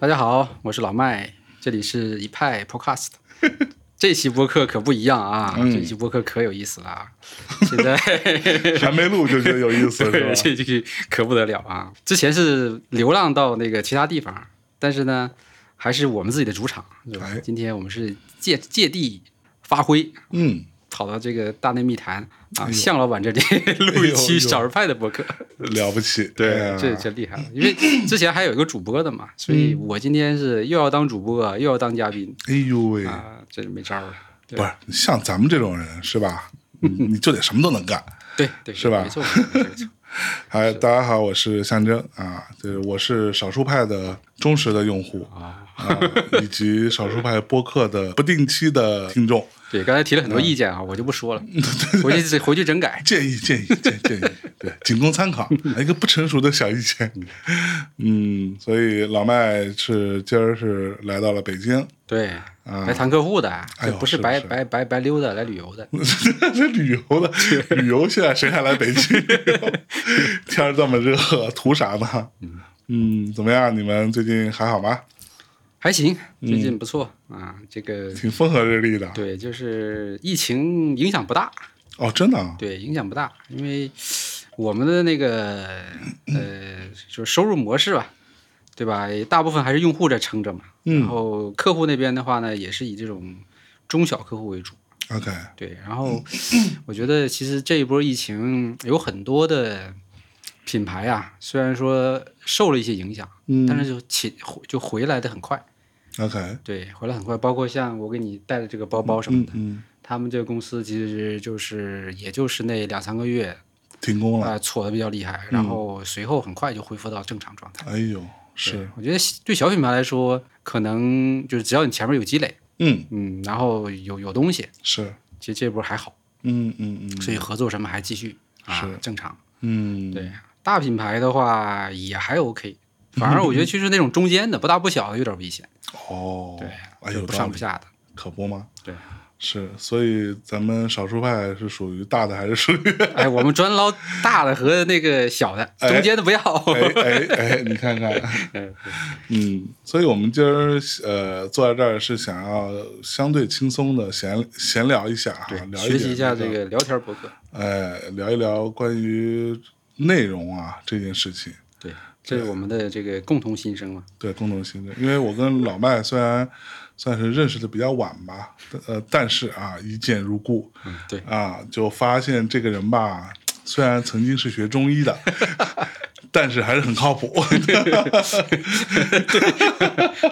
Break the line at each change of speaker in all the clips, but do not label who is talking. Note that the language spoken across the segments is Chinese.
大家好，我是老麦，这里是一派 Podcast。这期播客可不一样啊，
嗯
这期播客可有意思了啊！现 在
还没录就觉得有意思，
对，
是吧？
这这个可不得了啊！之前是流浪到那个其他地方，但是呢，还是我们自己的主场，是吧？
哎
今天我们是借借地发挥，
嗯，
跑到这个大内密谈啊，
哎呦
向老板这里录一
哎
期
呦呦
少儿派的播客，
了不起，哎呀
这这厉害了！因为之前还有一个主播的嘛，所以
嗯
我今天是又要当主播，又要当嘉宾
哎呦喂，
啊，这就没招了。对
不是像咱们这种人是吧？ 你你就得什么都能干。
对对，
是吧
没错，没错没错。
哎，大家好，我是象征啊，就是我是少数派的忠实的用户啊，以及少数派播客的不定期的 听众，
对，刚才提了很多意见啊，我就不说了，回去回去整改。
建议建议建建议，对，仅供参 考，一个不成熟的小意见。嗯，所以老麦是今儿是来到了北京，
对，来谈客户的，
呦
这哎不嗯
是的
白
是的
白白白溜达来旅游的。
这旅游的旅游现在谁还来北京 旅游？天儿这么热，图啥呢？嗯，怎么样？你们最近还好吗？
还行，最近不错啊。这个
挺风和日丽的。
对，就是疫情影响不大，
哦，真的啊，
对，影响不大，因为我们的那个呃，就是收入模式吧，对吧？大部分还是用户在撑着嘛。然后客户那边的话呢，也是以这种中小客户为主。
OK，
对，然后我觉得其实这一波疫情有很多的品牌啊，虽然说受了一些影响，
嗯
但是就起回就回来的很快，
，OK，
对，回来很快。包括像我给你带的这个包包什么
嗯
的，他们这个公司其实就是也就是那两三个月
停工了。嗯
啊、挫的比较厉害，然后随后很快就恢复到正常状态。
哎呦，是，
我觉得对小品牌来说，可能就是只要你前面有积累，
嗯，
嗯，然后有有东西，
是，
其实这波还好。
嗯嗯嗯
所以合作什么还继续啊
是，
正常。
嗯，
对，啊大品牌的话也还 OK，反而我 觉得其实那种中间的不大不小的有点危险，
哦，
对，
哎
就
呦，
不上不下的。
可不吗？
对，
是，所以咱们少数派是属于大的还是属于？
哎，我们专捞大的和那个小的，
哎
中间的不要。
哎哎哎，你看看，
嗯
嗯，所以我们今儿呃坐在这儿是想要相对轻松的闲闲聊一下哈，聊
学习
一
一下
点
这，个聊天博客。
哎，聊一聊关于内容啊这件事情。
对，这是我们的这个共同心声嘛。
对，共同行政，因为我跟老麦虽然算是认识的比较晚吧，呃，但是啊，一见如故
嗯，对，
啊，就发现这个人吧，虽然曾经是学中医的， 但是还是很靠谱。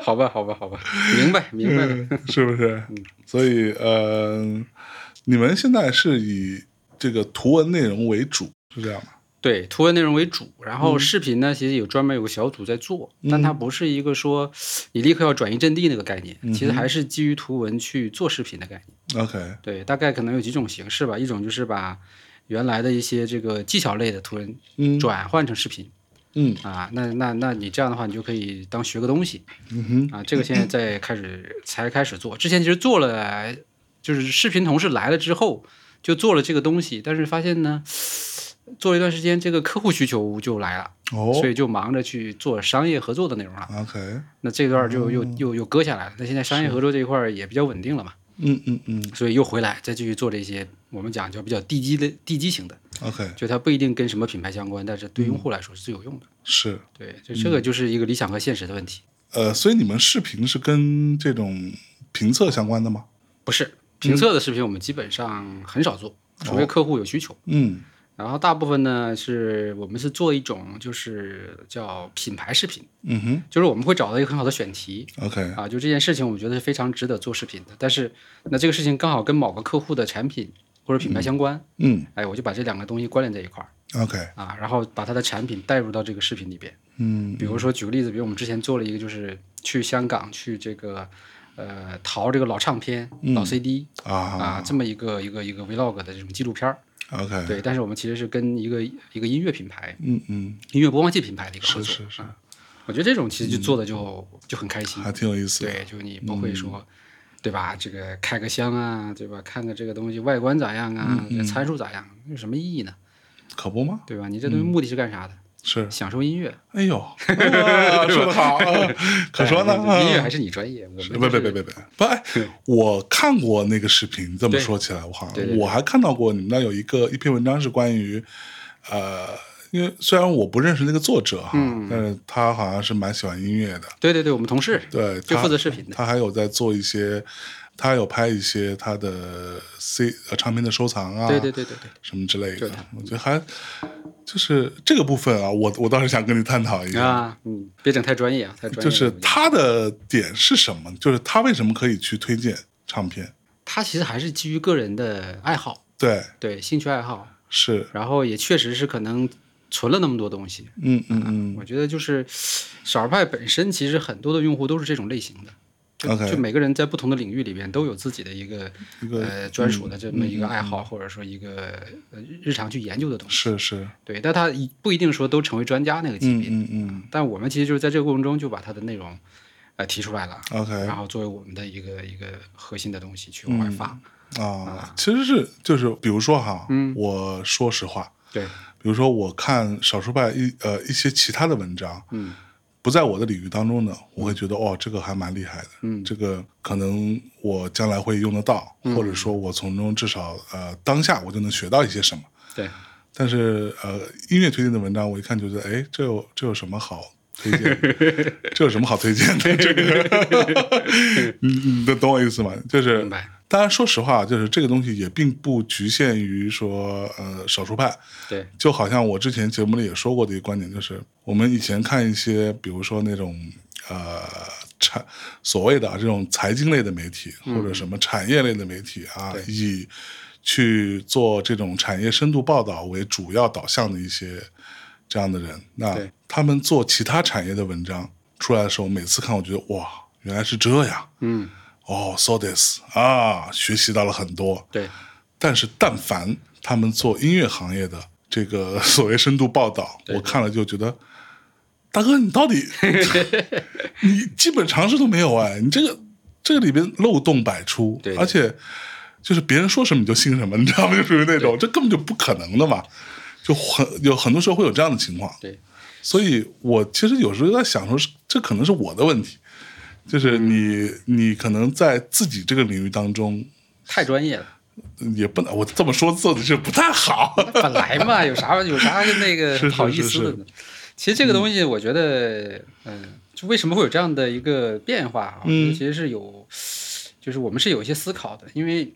好吧，好吧，好吧，明白，明白了。
嗯是不是？所以呃，你们现在是以这个图文内容为主，是这样吗？
对，图文内容为主，然
嗯
后视频呢，其实有专门有个小组在做，但它不是一个说你立刻要转移阵地那个概念，
嗯
其实还是基于图文去做视频的概念。
？OK，
对，大概可能有几种形式吧，一种就是把原来的一些这个技巧类的图文
嗯
转换成视频。
嗯
啊，那那那你这样的话，你就可以当学个东西
嗯哼，
啊。这个现在在开始才开始做，之前其实做了，就是视频同事来了之后就做了这个东西，但是发现呢，做了一段时间，这个客户需求就来了，
哦
所以就忙着去做商业合作的内容了。
，OK，
那这段就又又又搁下来了。那现在商业合作这一块儿也比较稳定了嘛，
嗯嗯嗯
所以又回来再继续做这些我们讲叫比较地基的地基型的，
，OK，
就它不一定跟什么品牌相关，但是对用户来说是最有用的。
是。
对，就这个就是一个理想和现实的问题，
呃，所以你们视频是跟这种评测相关的吗？
不是评测的视频我们基本上很少做，除非客户有需求。
嗯
然后大部分呢是我们是做一种就是叫品牌视频，
嗯哼
就是我们会找到一个很好的选题，
，OK，
啊，就这件事情，我觉得是非常值得做视频的。但是，那这个事情刚好跟某个客户的产品或者品牌相关，
嗯
哎，我就把这两个东西关联在一块儿
，OK，
啊，然后把它的产品带入到这个视频里边。
嗯
比如说，举个例子，比如我们之前做了一个，就是去香港去这个呃淘这个老唱片、老 CD
嗯啊
啊，这么一个一个一个 vlog 的这种纪录片儿。
，OK，
对，但是我们其实是跟一个一个音乐品牌、
嗯嗯，
音乐播放器品牌的一个合作。
是
啊
是嗯是，
嗯我觉得这种其实就做的就、就很开心。
还挺有意思的。
对，就你不
嗯
会说，对吧？这个开个箱啊，对吧？看看这个东西外
嗯
观咋样啊，这参数咋样，有什么意义呢？
可不吗？嗯
对吧？你这东西目的是干啥的？
是，
享受音乐，
哎呦，哇说得好，啊可说呢，
哎音乐
啊
还是你专业，我们
别别别别别别！不，哎，我看过那个视频。这么
对
说起来，我好像
对对对
我还看到过你们那有一个一篇文章是关于，呃，因为虽然我不认识那个作者哈，
嗯
但是他好像是蛮喜欢音乐的。
对对对，我们同事
对，
就
他
负责视频的
他还有在做一些，他有拍一些他的 C 呃唱片的收藏啊，
对对对对对，
什么之类
就
的
他。
我觉得还就是这个部分啊，我我倒是想跟你探讨一下。
啊，嗯，别整太专业啊，太专业了。
就是
我觉得
他的点是什么？就是他为什么可以去推荐唱片？
他其实还是基于个人的爱好，
对，
对兴趣爱好，
是，
然后也确实是可能存了那么多东西。
嗯嗯
我觉得就是少儿派本身，其实很多的用户都是这种类型的。就
OK
就每个人在不同的领域里边都有自己的一个
一个嗯
呃专属的这么一个爱好，或者说一个呃日常去研究的东
嗯，
西。
是是，
对，但他一不一定说都成为专家那个级
嗯
别，
嗯嗯
但我们其实就是在这个过程中就把它的内容呃提出来了，
，OK 啊
然后作为我们的一个一个核心的东西去往外发。
啊，其实是就是比如说哈，
嗯
我说实话，
对，
比如说我看少数派一呃一些其他的文章，
嗯，
不在我的领域当中的，我会觉得哦，这个还蛮厉害的，
嗯
这个可能我将来会用得到，或者说我从中至少呃当下我就能学到一些什么。
对，
但是呃，音乐推荐的文章我一看就觉得，哎，这有这有什么好推荐 的？这有什么好推荐的？这个，嗯你你能懂我意思吗？就是
明，白。
当然说实话，就是这个东西也并不局限于说呃少数派，
对，
就好像我之前节目里也说过的一个观点，就是我们以前看一些，比如说那种呃产所谓的、啊、这种财经类的媒体，或者什么产业类的媒体啊，
嗯对
以去做这种产业深度报道为主要导向的一些这样的人，那
对
他们做其他产业的文章出来的时候，每次看我觉得哇，原来是这样
嗯，
哦，so this 啊，学习到了很多，
对，
但是但凡他们做音乐行业的这个 所谓深度报道，我看了就觉得，大哥，你 到底你基本常识都没有哎，你这个这个里边漏洞百出，
对对
而且就是别人说什么你就信什么，你 知道吗？就属于那种这根本就不可能的嘛。就很有很多时候会有这样的情况，
对，
所以我其实有时候在想说，是这可能是我的问题，就是
嗯
你、你可能在自己这个领域当中
太专业了。
也不能，我这么说做的是不太好。
本来 嘛，有啥有啥那个
是是
好意思的呢？其实这个东西，我觉得，嗯、就为什么会有这样的一个变化啊？
嗯
我觉得其实是有，就是我们是有一些思考的，因为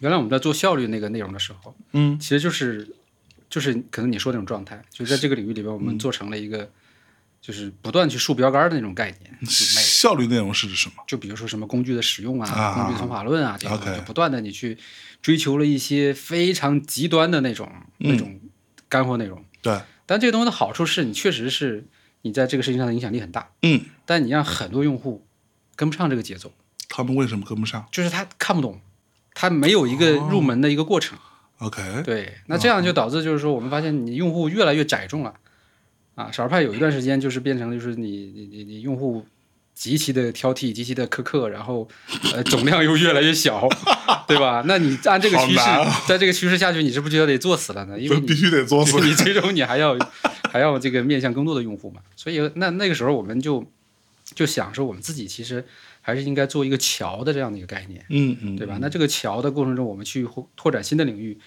原来我们在做效率那个内容的时候，
嗯，
其实就是就是可能你说那种状态，就是在这个领域里边，我
嗯
们做成了一个。就是不断去竖标杆的那种概念，每
效率内容是指什么？
就比如说什么工具的使用啊，
啊
工具的方法论啊，这种
OK
就不断的你去追求了一些非常极端的那种、
嗯
那种干货内容。
对，
但这个东西的好处是你确实是你在这个事情上的影响力很大，
嗯，
但你让很多用户跟不上这个节奏，
他们为什么跟不上
就是他看不懂，他没有一个入门的一个过程。
？OK，
对，那这样就导致就是说，我们发现你用户越来越窄众了，啊，少儿派有一段时间就是变成就是你你你你用户极其的挑剔，极其的苛刻，然后呃总量又越来越 小，对吧？那你按这个趋势
好难啊，
在这个趋势下去，你是不是就得作死了呢？因为
就
你。
必须得作死
你 最终你还要还要这个面向更多的用户嘛。所以那那个时候我们就就想说，我们自己其实还是应该做一个桥的这样的一个概念。
嗯嗯，
对吧？那这个桥的过程中，我们去拓拓展新的领域，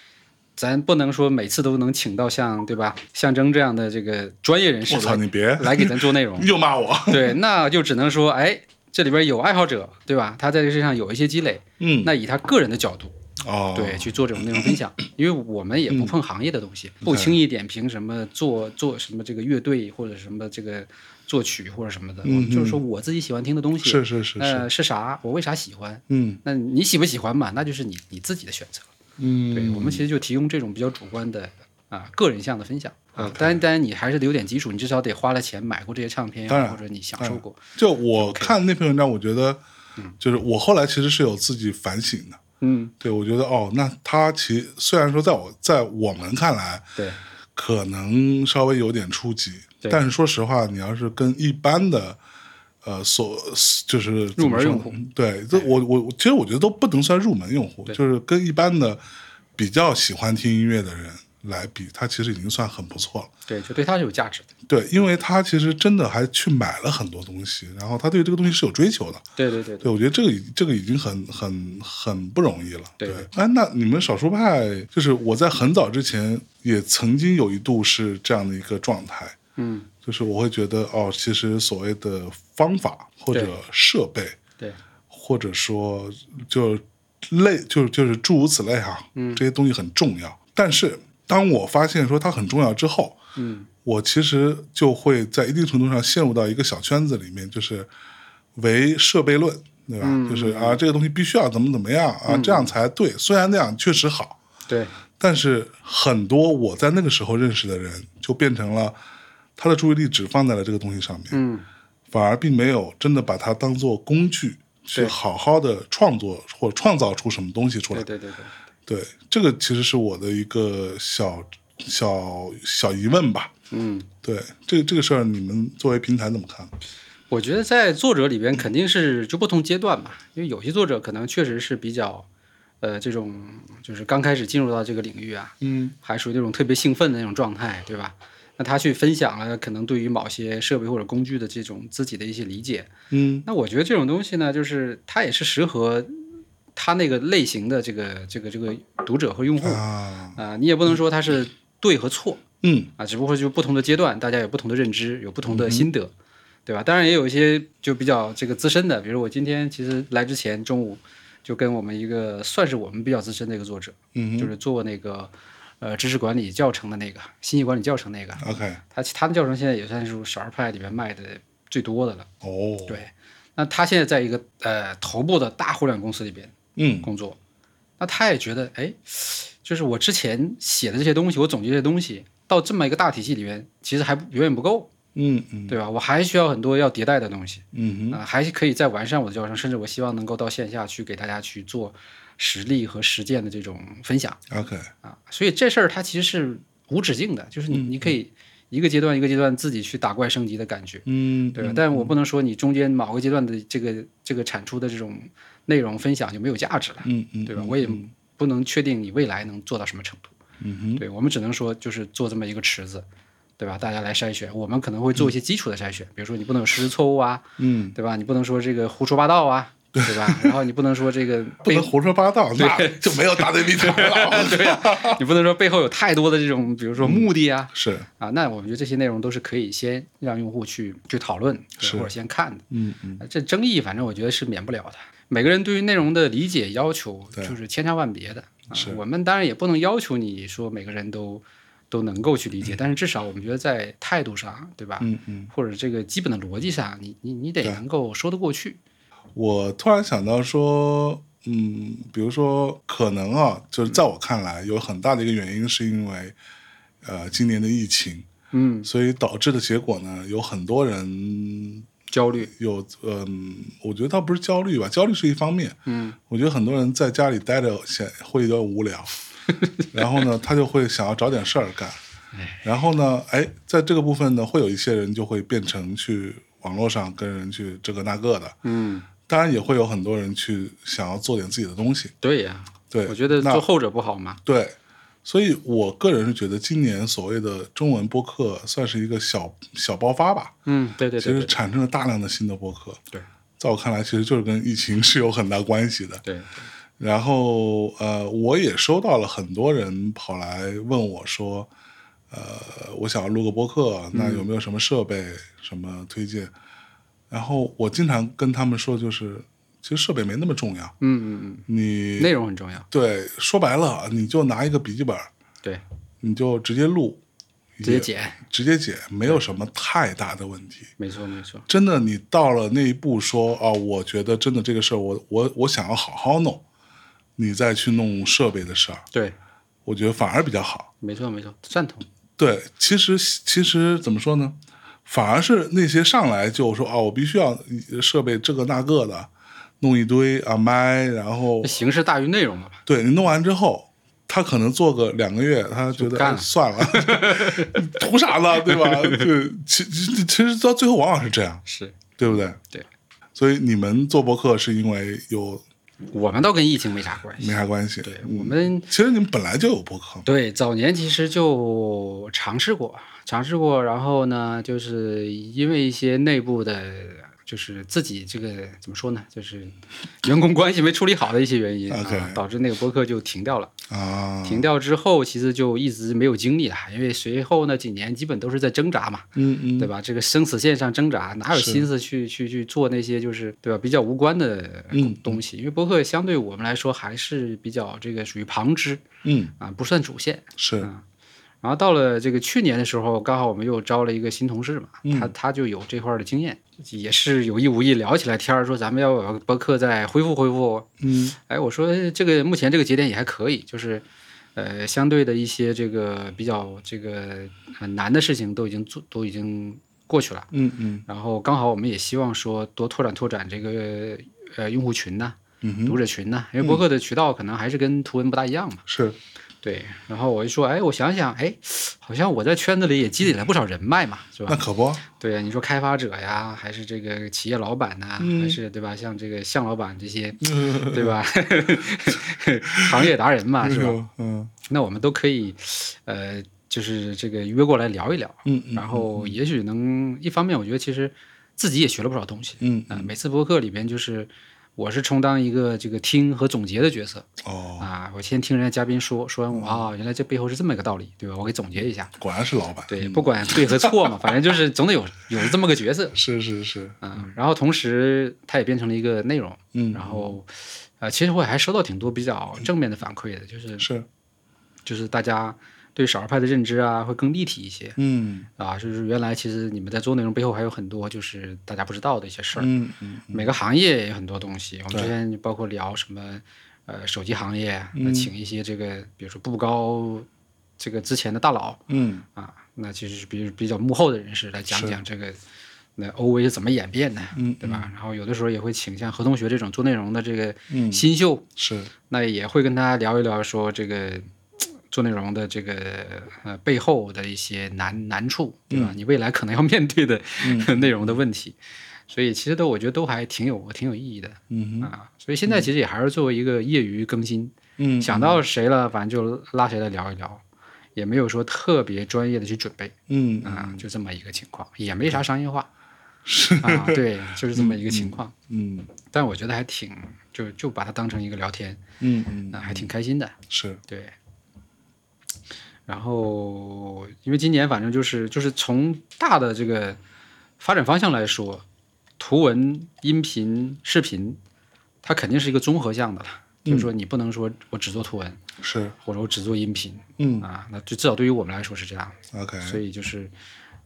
咱不能说每次都能请到像对吧象征这样的这个专业人士
我操，
来
你别
来给咱做内
，
容
又骂我。
对，那就只能说哎，这里边有爱好者，对吧？他在这个事情上有一些积累，
嗯，
那以他个人的角度，
哦，嗯
对，去做这种内容分 享，因为我们也不碰行业的东西，不轻易点评什么做做什么这个乐队或者什么这个作曲或者什么的，我们就是说我自己喜欢听的东西，
嗯是是是是，
呃是啥，我为啥喜欢，
嗯
那你喜不喜欢嘛？那就是你你自己的选择。
嗯，
对，我们其实就提供这种比较主观的啊个人向的分享啊。当然，当然你还是得有点基础，你至少得花了钱买过这些唱片啊
当然，
或者你享受过。
就我看那篇文章，我觉得，就是我后来其实是有自己反省的。
嗯，
对，我觉得哦，那他其虽然说在我在我们看来，
对，
可能稍微有点初级，
对
但是说实话，你要是跟一般的呃所就是
入门用，户
怎么说呢对，这我我我其实我觉得都不能算入门用户，就是跟一般的比较喜欢听音乐的人来比，它其实已经算很不错了。
对，就对他是有价值的。
对，因为他其实真的还去买了很多东西，然后他对这个东西是有追求的。
对对对对
对，我觉得这个已这个已经很很很不容易了。
对
哎，那你们少数派，就是我在很早之前也曾经有一度是这样的一个状态，
嗯，
就是我会觉得哦，其实所谓的方法或者
对
设备，
对
或者说就类就就是诸如此类哈、
嗯
这些东西很重要。但是当我发现说它很重要之后，
嗯，
我其实就会在一定程度上陷入到一个小圈子里面，就是唯设备论，对吧？
嗯
就是啊，这个东西必须要怎么怎么样啊，这样才对。虽然那样确实好，
对
但是很多我在那个时候认识的人，就变成了他的注意力只放在了这个东西上面，
嗯
反而并没有真的把它当做工具去
对
好好的创作或创造出什么东西出来
对。对对对
对，这个其实是我的一个小小小疑问吧。
嗯。
对，这个这个事儿，你们作为平台怎么看？
我觉得在作者里边肯定是就不同阶段吧，因为有些作者可能确实是比较，呃，这种就是刚开始进入到这个领域啊，
嗯，
还属于那种特别兴奋的那种状态，对吧？那他去分享了可能对于某些设备或者工具的这种自己的一些理解，
嗯，
那我觉得这种东西呢，就是它也是适合他那个类型的这个这个这个读者和用户啊、
啊，
你也不能说它是对和错，
嗯，
啊，只不过就是不同的阶段，大家有不同的认知，有不同的心得，对吧？当然也有一些就比较这个资深的，比如我今天其实来之前中午就跟我们一个算是我们比较资深的一个作者，
嗯
就是做那个呃知识管理教程的那个信息管理教程那个，
，OK，
他他的教程现在也算是少儿派里面卖的最多的了。
哦，
对，那他现在在一个呃头部的大互联网公司里边
嗯，
工作，那他也觉得，哎，就是我之前写的这些东西，我总结的东西，到这么一个大体系里面，其实还不远远不够，
嗯嗯
对吧？我还需要很多要迭代的东西，
嗯
啊、还是可以再完善我的教程，甚至我希望能够到线下去给大家去做实例和实践的这种分享
哼，OK，
啊。所以这事儿它其实是无止境的，就是你
嗯
你可以一个阶段一个阶段自己去打怪升级的感觉。
嗯，
对吧
嗯？
但我不能说你中间某个阶段的这个这个产出的这种内容分享就没有价值了，
嗯嗯，
对吧？我也不能确定你未来能做到什么程度，
嗯哼，
对我们只能说就是做这么一个池子，对吧？大家来筛选，我们可能会做一些基础的筛选，比如说你不能有实施错误啊，
嗯，
对吧？你不能说这个胡说八道啊，对吧？ 然后你不能说这个
不
背
能胡说八道，那就没有大内密谈了。 对呀，
你不能说背后有太多的这种，比如
嗯
说目的啊。
是，
啊，那我们觉得这些内容都是可以先让用户去去讨论，对
是
或者先看的。
嗯嗯，
呃这争议反正我觉得是免不了的。每个人对于内容的理解要求
对
就是千差万别的。啊
是
我们当然也不能要求你说每个人都都能够去理解，但是至少我们觉得在态度上，对吧？
嗯嗯，
或者这个基本的逻辑上，你你你得
对
能够说得过去。
我突然想到说，嗯，比如说可能啊，就是在我看来，有很大的一个原因是因为，呃，今年的疫情，
嗯，
所以导致的结果呢，有很多人
焦虑。
有嗯，我觉得倒不是焦虑吧，焦虑是一方面。
嗯，
我觉得很多人在家里待着显会有点 无聊，然后呢，他就会想要找点事儿干。然后呢，哎，在这个部分呢，会有一些人就会变成去网络上跟人去这个那个的，
嗯，
当然也会有很多人去想要做点自己的东西。
对呀、
对，
我觉得
那
做后者不好嘛。
对，所以我个人是觉得今年所谓的中文播客算是一个小小爆发吧。
嗯，对对
其
对
实
对
产生了大量的新的播客。
对，
在我看来，其实就是跟疫情 是有很大关系的。
对，
然后，呃，我也收到了很多人跑来问我说，呃，我想要录个播客，那
嗯
有没有什么设备、什么推荐？然后我经常跟他们说，就是其实设备没那么重要，
嗯嗯嗯，
你
内容很重要。
对说白了，你就拿一个笔记本，
对，
你就直接录，
直接
也
剪，
直接剪，没有什么太大的问题。
没错没错。
真的你到了那一步说啊，我觉得真的这个事儿，我我我想要好好弄，你再去弄设备的事儿，
对，
我觉得反而比较好。
没错没错，赞同。
对，其实其实怎么说呢，反而是那些上来就说啊，我必须要呃设备这个那个的，弄一堆啊麦，然后
那形式大于内容了吧？
对你弄完之后。他可能做个两个月，他觉
就
得
干
哎
了
算了， 图啥呢？对吧？对，其其其实到最后往往是这样。
是，
对不对？
对。
所以你们做博客是因为有
我们倒跟疫情没啥关系。
没嗯啥关系。
对我们
其实你们本来就有播客，
对早年其实就尝试过，尝试过，然后呢，就是因为一些内部的，就是自己这个怎么说呢， 就是员工关系没处理好的一些原因
OK
啊，导致那个播客就停掉了。
啊，
停掉之后，其实就一直没有精力了，因为随后那几年基本都是在挣扎嘛，
嗯嗯，
对吧？这个生死线上挣扎，哪有
是
心思去去去做那些就是对吧比较无关的
嗯
东西？因为博客相对我们来说还是比较这个属于旁支
嗯
啊，不算主线。
是
然后到了这个去年的时候，刚好我们又招了一个新同事嘛，他
嗯
他就有这块儿的经验，也是有意无意聊起来天儿，说咱们要把博客再恢复恢复，
嗯
哎，我说这个目前这个节点也还可以，就是，呃，相对的一些这个比较这个很难的事情都已经做都已经过去了，
嗯嗯
然后刚好我们也希望说多拓展拓展这个呃用户群呐、
嗯哼
读者群呐、因为博客的渠道可能还是跟图文不大一样嘛。
是
对，然后我就说，哎，我想想，哎，好像我在圈子里也积累了不少人脉嘛，是吧？
那可不
对啊呀，你说开发者呀，还是这个企业老板呐、
嗯
还是对吧？像这个向老板这 些，对吧？ 行业达人嘛，啊是吧？
吧？嗯
那我们都可以，呃，就是这个约过来聊一聊，
嗯嗯
然后也许能一方面，我觉得其实自己也学了不少东西。
嗯
啊、每次播客里边就是。我是充当一个这个听和总结的角色
哦，
啊，我先听人家嘉宾说，说完我啊、原来这背后是这么一个道理，对吧？我给总结一下，
果然是老板，
对，不管对和错嘛，反正就是总得有有这么个角色，
是是是，
嗯，然后同时它也变成了一个内容，
嗯
然后呃，其实我还收到挺多比较正面的反馈的，就是
是
就是大家对少儿派的认知啊会更立体一些
嗯
啊，就是原来其实你们在做内容背后还有很多就是大家不知道的一些事儿，
嗯嗯
每个行业也有很多东西，我们之前包括聊什么呃手机行业，
嗯
那请一些这个比如说步高这个之前的大佬，
嗯
啊，那其实是比比较幕后的人士来讲讲这个那 OV 是怎么演变的，
嗯
对吧？然后有的时候也会请像何同学这种做内容的这个
嗯
新秀，
是
那也会跟他聊一聊说这个嘖做内容的这个呃背后的一些难难处，对吧？
嗯
你未来可能要面对的、 内容的问题，所以其实都我觉得都还挺有挺有意义的。
嗯哼
啊，所以现在其实也还是作为一个业余更新，
嗯
想到谁了，反正就拉谁来聊一聊，也没有说特别专业的去准备
嗯
啊、就这么一个情况，也没啥商业 化，是啊，对，就是这么一个情况。
嗯
但我觉得还挺，就就把它当成一个聊天，
嗯嗯
那、还挺开心的，
是
对。然后，因为今年反正就是就是从大的这个发展方向来说，图文、音频、视频，它肯定是一个综合项的了。就是说，
嗯
你不能说我只做图文，
是
或者我只做音频，
嗯
啊，那就至少对于我们来说是这样，
OK
所以就是，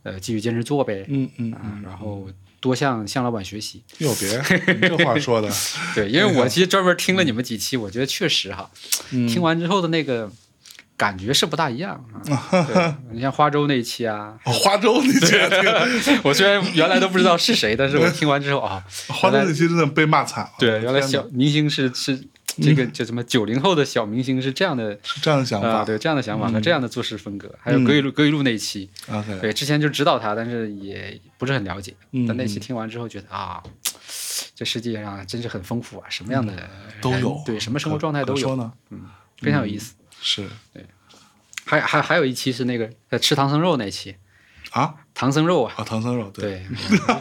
呃，继续坚持做呗，
嗯嗯
啊，然后多向向老板学习，
又别你这话说的
对，因
嗯
为我其实专门听了你们几期，我觉得确实哈，听完之后的那个感觉是不大一样 啊，对你像花粥那一期啊，
哦花粥那期，
我虽然原来都不知道是谁，但是我听完之后啊，
花粥那期真的被骂惨了，
对，原来
哦天哪嗯
小明星是是这个叫什么九零后的小明星是这样的。
是这样的想
啊、
法嗯
对这样的想法和这样的做事风格，还有葛雨露葛雨露那一期，
，OK
对，之前就知道他，但是也不是很了解。
嗯
但那期听完之后，觉得啊，这世界上真是很丰富啊，什么样的人
嗯都有，啊
对，什么生活状态都
可说
有，
嗯呢，
非常有意思。
是
还还还有一期是那个呃吃唐僧肉那期，
啊
唐僧肉啊，
啊唐僧肉对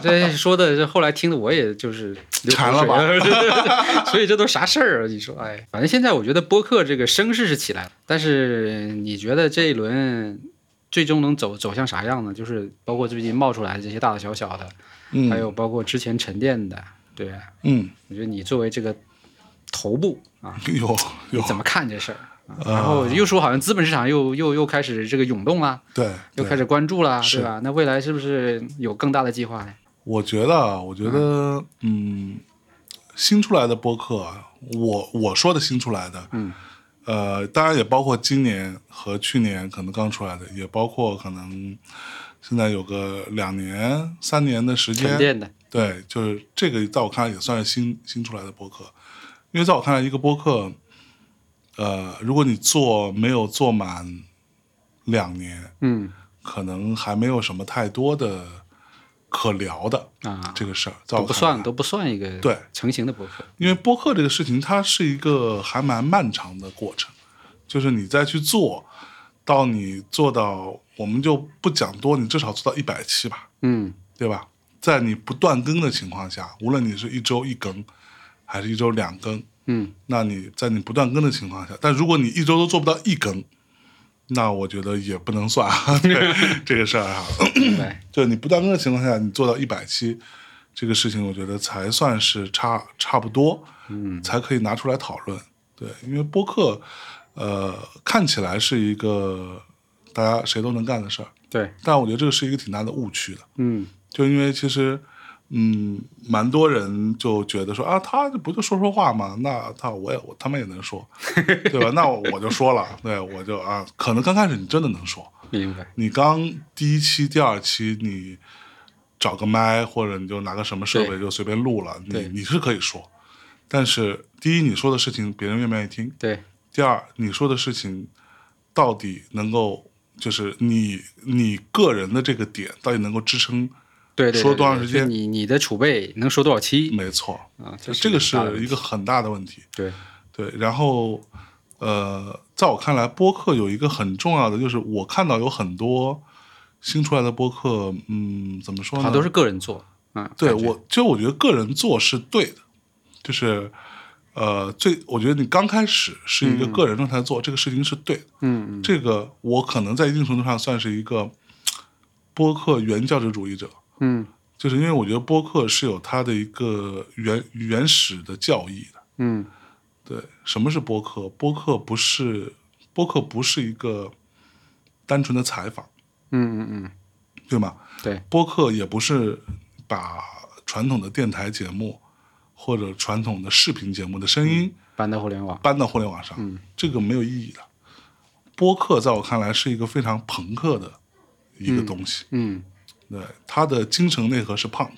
对， 这说的这后来听的我也就是流口
馋了
水
吧
了， 所以这都啥事儿啊？你说，哎，反正现在我觉得播客这个声势是起来了，但是你觉得这一轮最终能走走向啥样呢？就是包括最近冒出来的这些大大小小的，
嗯
还有包括之前沉淀的，对，啊
嗯
我觉得你作为这个头部啊，
有
你
有
怎么看这事儿？啊然后又说好像资本市场又又又开始这个涌动啦，
对
又
对
开始关注啦，
是
对吧？那未来是不是有更大的计划呢？
我觉得，啊，我觉得，嗯，新出来的播客啊，我我说的新出来的，
嗯，
呃，当然也包括今年和去年可能刚出来的，也包括可能现在有个两年、三年的时
沉
间，
淀的，
对，就是这个，在我看来也算是新新出来的播客，因为在我看来，一个播客，呃，如果你做没有做满两年，
嗯
可能还没有什么太多的可聊的
啊，
这个事儿，在
都
我
不
看
算
来
都不算一个
对
成型的博客。
因为播客这个事情，它是一个还蛮漫长的过程，就是你再去做，到你做到，我们就不讲多，你至少做到一百期吧，
嗯，
对吧？在你不断更的情况下，无论你是一周一更，还是一周两更，
嗯，
那你在你不断更的情况下，但如果你一周都做不到一更，那我觉得也不能算 对这个事儿啊。
明白。
就你不断更的情况下，你做到一百期，这个事情我觉得才算是差差不多，嗯，才可以拿出来讨论。对，因为播客，呃，看起来是一个大家谁都能干的事儿，
对，
但我觉得这个是一个挺大的误区的。
嗯，
就因为其实，嗯，蛮多人就觉得说啊，他不就说说话吗？那他我也我他们也能说，对吧？那我就说了，对我就啊，可能刚开始你真的能说，
明白。
你刚第一期、第二期你找个麦或者你就拿个什么设备
对
就随便录了，你
对
你是可以说，但是第一你说的事情别人愿不愿意听，
对，
第二你说的事情到底能够就是你你个人的这个点到底能够支撑，
对对。
说
对
多长
对
时
就
间
你你的储备能说多少期
没错，
啊？这
这个
很大的
是
问
一
题
个很大的问题。
对，
对，然后呃，在我看来，播客有一个很重要的，就是我看到有很多新出来的播客，嗯，怎么说
好
呢？
像都是个人做。嗯，
对
感觉
我，就我觉得个人做是对的，就是呃，最我觉得你刚开始是一个个人状态做、这个事情是对的，
嗯嗯嗯
这个我可能在一定程度上算是一个播客原教旨主义者。
嗯
就是因为我觉得播客是有它的一个原原始的教义的，
嗯，
对，什么是播客？播客不是播客不是一个单纯的采访，
嗯嗯嗯，
对吗？
对，
播客也不是把传统的电台节目或者传统的视频节目的声音
搬到互联网。
搬到互联网上，
嗯
这个没有意义的。播客在我看来是一个非常朋克的一个东西，
嗯
对，它的精神内核是 punk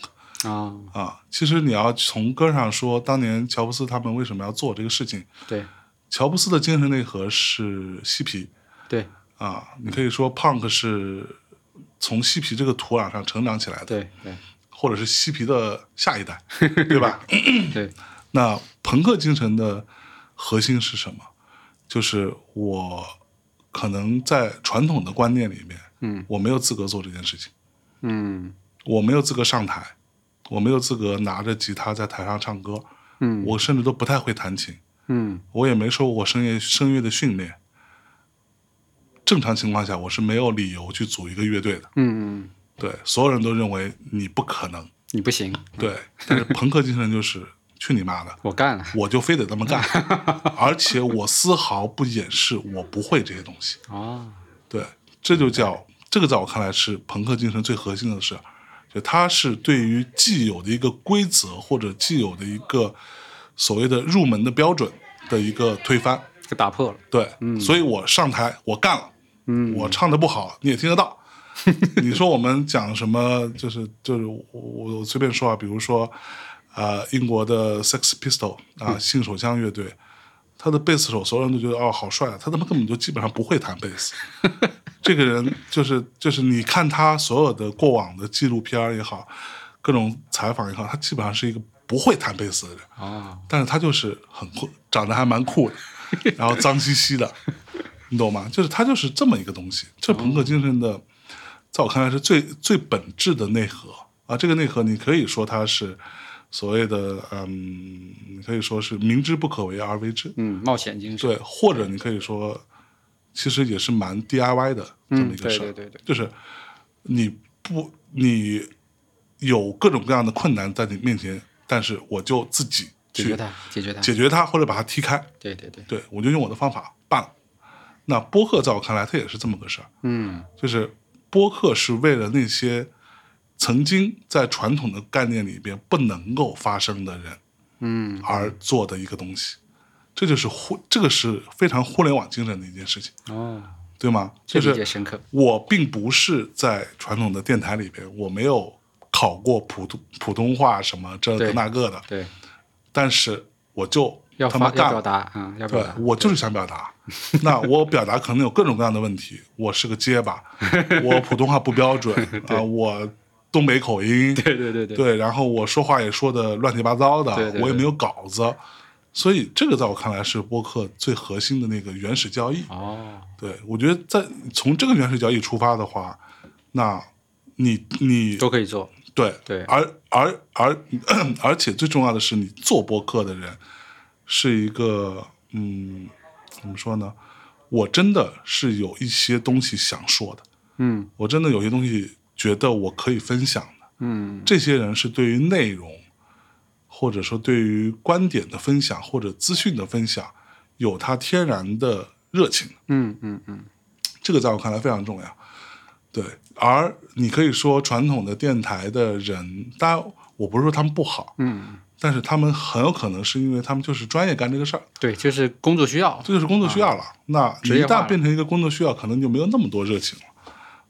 啊，
啊。其实你要从根儿上说，当年乔布斯他们为什么要做这个事情，
对
乔布斯的精神内核是嬉皮
对
啊，你可以说 punk 是从嬉皮这个土壤上成长起来的，
对对
或者是嬉皮的下一代，对吧？
对，
那朋克精神的核心是什么？就是我可能在传统的观念里面，
嗯，
我没有资格做这件事情，
嗯
我没有资格上台，我没有资格拿着吉他在台上唱歌，
嗯
我甚至都不太会弹琴，
嗯
我也没受过声乐声乐的训练。正常情况下，我是没有理由去组一个乐队的。
嗯嗯，
对，所有人都认为你不可能。
你不行，
对，但是朋克精神就是去你妈的，
我干了。
我就非得这么干，而且我丝毫不掩饰我不会这些东西。
哦，
对，这就叫这个，在我看来是朋克精神最核心的事儿，就它是对于既有的一个规则或者既有的一个所谓的入门的标准的一个推翻。
给打破了。
对，所以我上台我干了，
嗯
我唱的不好你也听得到。你说我们讲什么？就是就是我我我随便说啊，比如说，呃，英国的 Sex Pistol 啊、性手枪乐队，他的贝斯手所有人都觉得哦好帅啊，他他妈根本就基本上不会弹贝斯。这个人就是就是你看他所有的过往的纪录片儿也好，各种采访也好，他基本上是一个不会弹贝斯的人。
哦，
但是他就是很酷，长得还 蛮酷的，然后脏兮兮的，你懂吗？就是他就是这么一个东西，这朋克精神的，在我看来是最最本质的内核啊。这个内核你可以说它是所谓的，嗯，你可以说是明知不可为而为之，
嗯，冒险精神。
对，或者你可以说，其实也是蛮 DIY 的这么一个
对
事儿、
嗯对对对，
就是你不你有各种各样的困难在你面前，但是我就自己
解
去
决它，解决它。
解决它或者把它踢开。
对对对，
对我就用我的方法办了。那播客在我看来，它也是这么个事儿，
嗯
就是播客是为了那些曾经在传统的概念里边不能够发生的人
嗯，
而做的一个东西。这就是互，这个是非常互联网精神的一件事情，
哦，
对吗？
这
就
理解
是
深刻。
我并不是在传统的电台里边，我没有考过普通普通话什么这
对
个那个的，
对，但
但是我就
要
他妈
发要
干
表
了。
达啊，要表
对
达。
我就是想表达，那我表 达可能有各种各样的问题，我是个结巴，我普通话不标准啊、我东北口 音，
对对对对，
对，然后我说话也说的乱七八糟的，
对对对
我也没有稿子，所以这个在我看来是播客最核心的那个原始交易。
哦，
对我觉得在从这个原始交易出发的话，那你你
都可以做，
对
对
而而而而且最重要的是，你做播客的人是一个嗯，怎么说呢？我真的是有一些东西想说的，
嗯
我真的有些东西觉得我可以分享的。
嗯
这些人是对于内容，或者说对于观点的分享或者资讯的分享，有他天然的热情的。
嗯嗯嗯，
这个在我看来非常重要。对，而你可以说传统的电台的人，当然我不是说他们不好，
嗯，
但是他们很有可能是因为他们就是专业干这个事儿，
对，就是工作需要，
这就是工作需要了。那你
啊职
一
业化
旦
了
变成一个工作需要，可能就没有那么多热情了。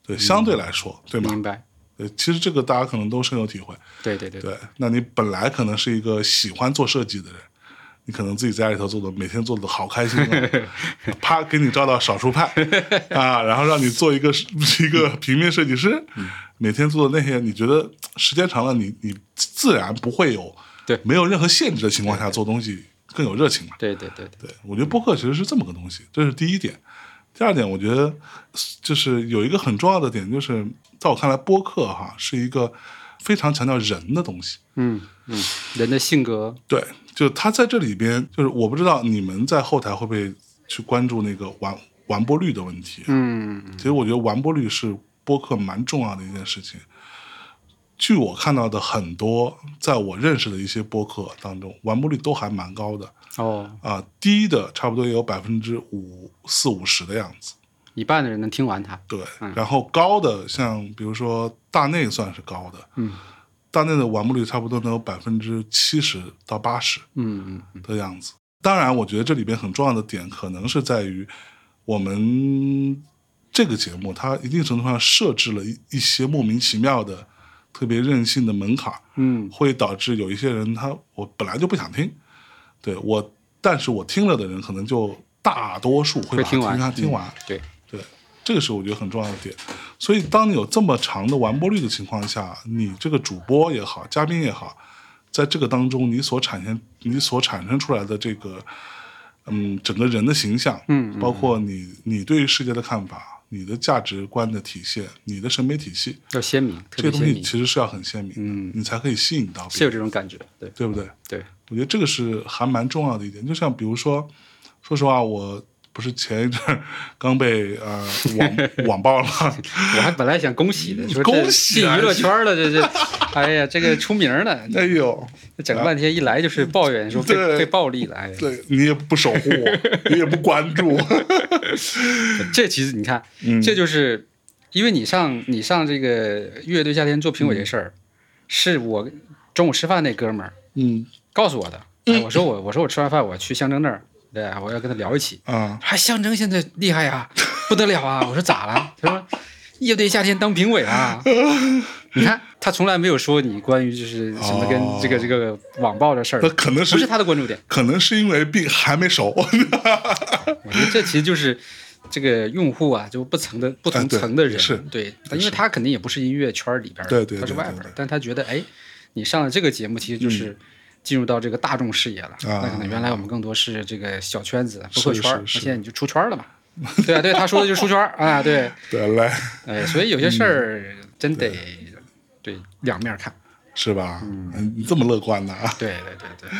对，相对来说，对吗
明？白？
对，其实这个大家可能都深有体会。
对对对，
对，那你本来可能是一个喜欢做设计的人，你可能自己在家里头做的，每天做的好开 心、啊，啪给你招到少数派啊，然后让你做一个 一个平面设计师，
嗯
每天做的那些，你觉得时间长了你，你自然不会有
对
没有任何限制的情况下做东西更有热情嘛。
对对对对，
对，我觉得播客其实是这么个东西，这是第一点。第二点，我觉得就是有一个很重要的点，就是在我看来，播客哈是一个非常强调人的东西。
嗯嗯，人的性格，
对，就他在这里边，就是我不知道你们在后台会不会去关注那个完完播率的问题。
嗯
其实我觉得完播率是播客蛮重要的一件事情。据我看到的很多，在我认识的一些播客当中，完播率都还蛮高的
哦，
啊、低的差不多也有百分之五四五十的样子。
一半的人能听完它，
对，然后高的像比如说大内算是高的，
嗯，
大内的完播率差不多能有百分之七十到八十，
嗯嗯
的样子。当然，我觉得这里边很重要的点，可能是在于我们这个节目，它一定程度上设置了一一些莫名其妙的、特别任性的门槛儿，
嗯
会导致有一些人他我本来就不想听，对我，但是我听了的人可能就大多数会把
会
它
听完嗯
完，听完，
对，
对，这个是我觉得很重要的点。所以，当你有这么长的完播率的情况下，你这个主播也好，嘉宾也好，在这个当中，你所产生、你所产生出来的这个，嗯，整个人的形象，
嗯
包括你你对于世界的看法、你的价值观的体现、你的审美体系，
要鲜明，特
这些
别
东
鲜
西
明，
其实是要很鲜明的，
嗯
你才可以吸引到别
是有
人，
这种感觉，对
对不对？
对，
我觉得这个是还蛮重要的一点。就像比如说，说实话，我不是前一阵儿刚被呃 网网暴了，
我还本来想恭喜 的，说这
恭喜
进
啊
娱乐圈了，这这， 哎呀，这个出名了，
哎呦，
这整半天一来就是抱怨说
对
被被暴力了，哎呀，
对你也不守护我，你也不关注，
这其实你看，
嗯
这就是因为你上你上这个乐队夏天做评委这事儿，是我中午吃饭那哥们儿
嗯
告诉我的。哎我说我我说我吃完饭我去象征那儿，对，我要跟他聊一起。
啊，
还象征现在厉害呀、不得了啊！我说咋了？他说乐队夏天当评委啊。你看他从来没有说你关于就是什么跟
哦
这个这个网暴的事儿
那，可能
不是
是
他的关注点。
可能是因为病还没熟，
我觉得这其实就是这个用户啊，就不层的不
哎
同
对
层的人，
是
对，因为他肯定也不是音乐圈里边儿的，
对对对
他是外边
对
儿
对，
但他觉得哎，你上了这个节目，其实就是。进入到这个大众视野了，
啊
那可能原来我们更多是这个小圈子、播客
是
圈儿，那
是是
现在你就出圈儿了嘛？对啊，对，他说的就是出圈儿啊，对，
对，来
哎，所以有些事儿
嗯
真得对两面看，
是吧？嗯，你这么乐观呢 啊？
对对对对，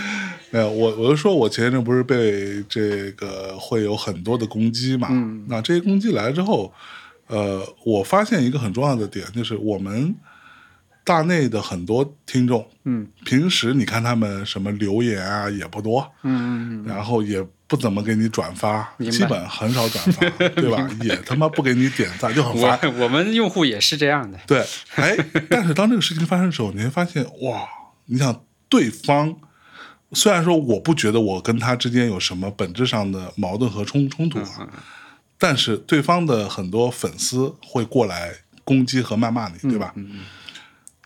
没有，我我就说我前一阵不是被这个会有很多的攻击嘛，那这些攻击来之后，呃，我发现一个很重要的点，就是我们大内的很多听众，
嗯
平时你看他们什么留言啊也不多，
嗯嗯
然后也不怎么给你转发，
明白
基本很少转发，对 吧？也他妈不给你点赞，就
嗯，
很烦。
我我们用户也是这样的，
对，哎，但是当这个事情发生的时候，你会发现，哇，你想对方虽然说我不觉得我跟他之间有什么本质上的矛盾和冲冲
嗯
突啊，但是对方的很多粉丝会过来攻击和谩骂你，
嗯
对吧？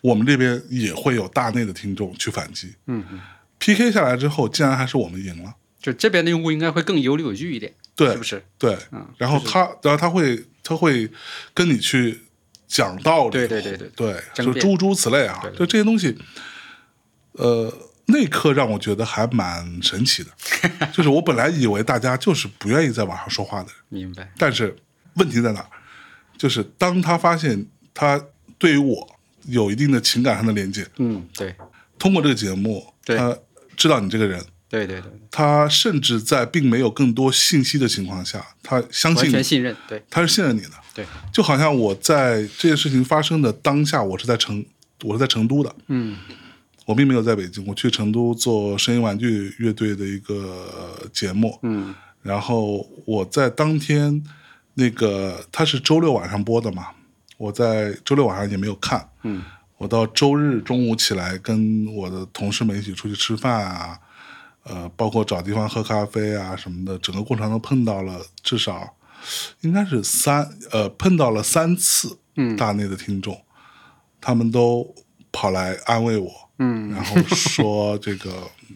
我们这边也会有大内的听众去反击。
嗯嗯，
PK 下来之后，竟然还是我们赢了。
就这边的用户应该会更有理有据一点，
对
是不是？
对，
嗯
然后他，然后他会，他会跟你去讲道理，啊
对对对对
对，
争
就
辩
诸诸此类啊
对，对
就这些东西，呃，那一刻让我觉得还蛮神 奇的，就是我本来以为大家就是不愿意在网上说话的人，
明白，
但是问题在哪儿？就是当他发现他对于我有一定的情感上的连接，
嗯，对
通过这个节目，
对
他知道你这个人，
对对对，
他甚至在并没有更多信息的情况下，他相
完
信
全
你，
信任，对
他是信任你的。
对，
就好像我在这件事情发生的当下，我是在成，我是在成都的，
嗯，
我并没有在北京，我去成都做声音玩具乐队的一个呃节目，
嗯，
然后我在当天，那个它是周六晚上播的嘛，我在周六晚上也没有看，
嗯，
我到周日中午起来跟我的同事们一起出去吃饭啊，呃，包括找地方喝咖啡啊什么的，整个过程都碰到了至少应该是三呃碰到了三次，
嗯
大内的听众，他们都跑来安慰我，
嗯
然后说这个，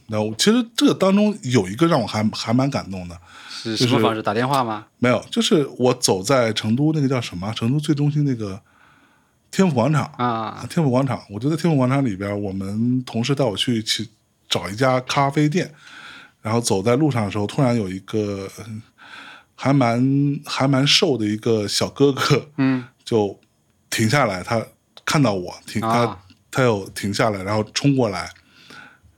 那我其实这个当中有一个让我还还蛮感动的，
是
就
什么
是
方式？打电话吗？
没有，就是我走在成都那个叫什么，啊成都最中心那个天府广场
啊，
天府广场，我就在天府广场里边，我们同事带我去去找一家咖啡店，然后走在路上的时候，突然有一个嗯还蛮还蛮瘦的一个小哥哥
嗯
就停下来，他看到我停他
啊，
他又停下来，然后冲过来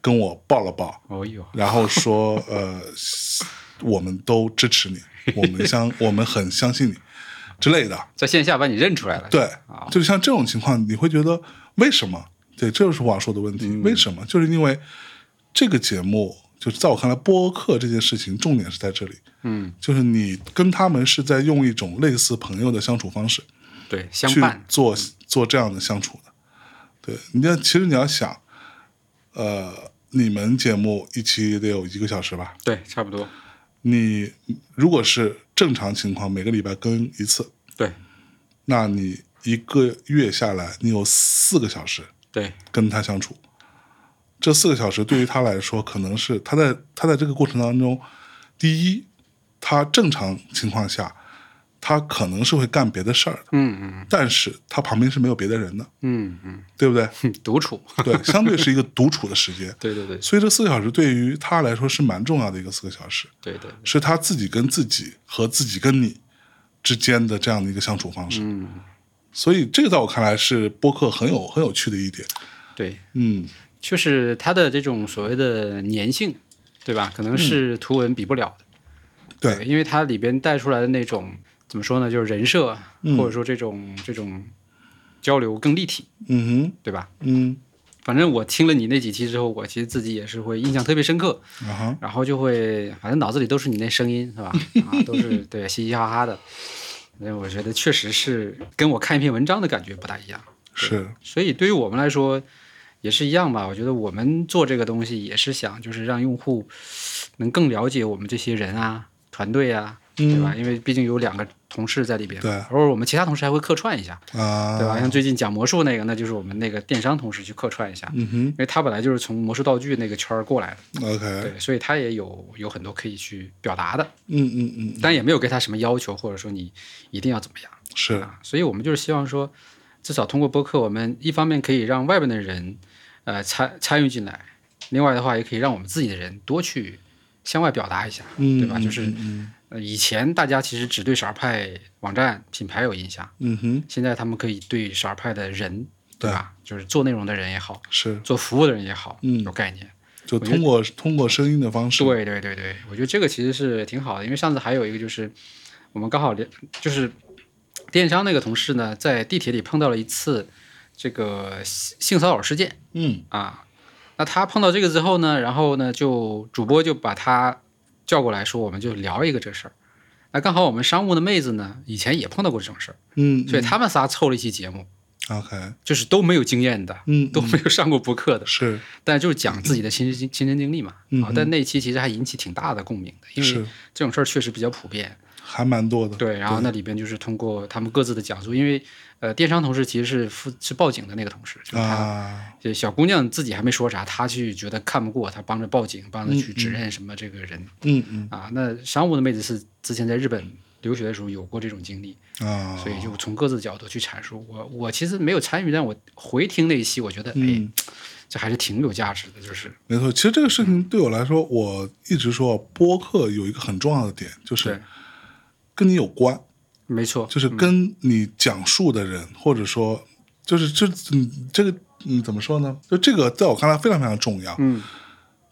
跟我抱了抱，
哦呦，
然后说呃，我们都支持你，我们相我们很相信你之类的。
在线下把你认出来了，
对
啊，
就是像这种情况，你会觉得为什么？对，这就是我要说的问题。
嗯
为什么？就是因为这个节目，就是在我看来，播客这件事情重点是在这里，
嗯，
就是你跟他们是在用一种类似朋友的相处方式
对，相
去
伴，
做做这样的相处的。对，你要其实你要想，呃，你们节目一期也得有一个小时吧？
对，差不多，
你如果是正常情况，每个礼拜更一次，
对
那你一个月下来，你有四个小时
对，
跟他相处。这四个小时对于他来说，可能是他在他在这个过程当中，第一，他正常情况下，他可能是会干别的事儿的，
嗯嗯
但是他旁边是没有别的人的，
嗯嗯
对不对？
嗯， 独处，
对，相对是一个独处的时间，
对对对
所以这四个小时对于他来说是蛮重要的一个四个小时。
对对，
是他自己跟自己和自己跟你之间的这样的一个相处方式。
嗯
所以这个在我看来是播客很有很有趣的一点。
对，
嗯，
就是它的这种所谓的粘性，对吧？可能是图文比不了的。
对
因为它里边带出来的那种怎么说呢，就是人设，或者说这种这种交流更立体，
嗯
对吧？
哼，嗯，
反正我听了你那几期之后，我其实自己也是会印象特别深刻，
啊哈，
然后就会反正脑子里都是你那声音，是吧？ 啊，都是对嘻嘻哈哈的。那我觉得确实是跟我看一篇文章的感觉不大一样。
是，
所以对于我们来说也是一样吧。我觉得我们做这个东西也是想，就是让用户能更了解我们这些人啊、团队啊，对吧？因为毕竟有两个同事在里边，
嗯对
偶尔我们其他同事还会客串一下，
啊，
对吧？像最近讲魔术那个，那就是我们那个电商同事去客串一下，
嗯哼
因为他本来就是从魔术道具那个圈儿过来的，
，OK，
对，所以他也有有很多可以去表达的，
嗯嗯嗯，
但也没有给他什么要求，或者说你一定要怎么样。
是，
啊，所以我们就是希望说，至少通过播客，我们一方面可以让外边的人呃参参与进来，另外的话也可以让我们自己的人多去向外表达一下，
嗯，
对吧？就是
嗯嗯
呃以前大家其实只对少儿派网站品牌有印象，
嗯哼，
现在他们可以对少儿派的人，对吧？就是做内容的人也好，
是，
做服务的人也好，
嗯
有概念。
就通过通过声音的方式，
对对对对，我觉得这个其实是挺好的，因为上次还有一个就是我们刚好连就是电商那个同事呢，在地铁里碰到了一次这个性性骚扰事件
嗯
啊。那他碰到这个之后呢，然后呢，就主播就把他叫过来说，我们就聊一个这事儿。那刚好我们商务的妹子呢，以前也碰到过这种事儿，
嗯
所以他们仨凑了一期节目，
嗯，OK，
就是都没有经验的，
嗯，
都没有上过播客的，
是
但就是讲自己的亲身亲身经历嘛。
嗯
啊，但那期其实还引起挺大的共鸣的，因为
是，
这种事儿确实比较普遍。
还蛮多的，
对，然后那里边就是通过他们各自的讲述，因为呃，电商同事其实是负是报警的那个同事，就是他、
啊，
这小姑娘自己还没说啥，他去觉得看不过，他
嗯
帮着报警，帮着去指认什么这个人、
嗯嗯
啊。那商务的妹子是之前在日本留学的时候有过这种经历，
啊，
所以就从各自的角度去阐述。我我其实没有参与，但我回听那一期，我觉得哎
嗯，
这还是挺有价值的，就是
没错，其实这个
嗯
事情对我来说，我一直说播客有一个很重要的点，就是
对嗯
跟你有关，
没错，
就是跟你讲述的人，或者说，就是这嗯，这个嗯，怎么说呢？就这个在我看来非常非常重要。
嗯，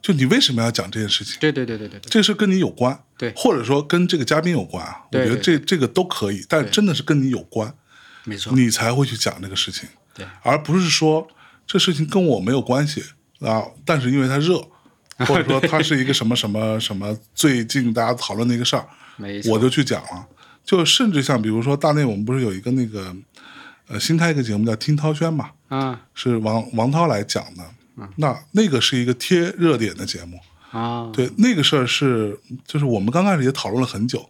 就你为什么要讲这件事情？
对对对对对对，
这事跟你有关，
对
或者说跟这个嘉宾有关啊。我
对
觉得这这个都可以，但
对
真的是跟你有关，
没错，
你才会去讲这个事情，
对
而不是说这事情跟我没有关系啊，但是因为它热，或者说它是一个什么什么什么最近大家讨论的一个事儿，
没错，
我就去讲了。就甚至像比如说大内，我们不是有一个那个呃新开一个节目叫《听涛轩》嘛，
啊
是王王涛来讲的。
嗯
那那个是一个贴热点的节目，
啊，
对那个事儿是就是我们刚开始也讨论了很久，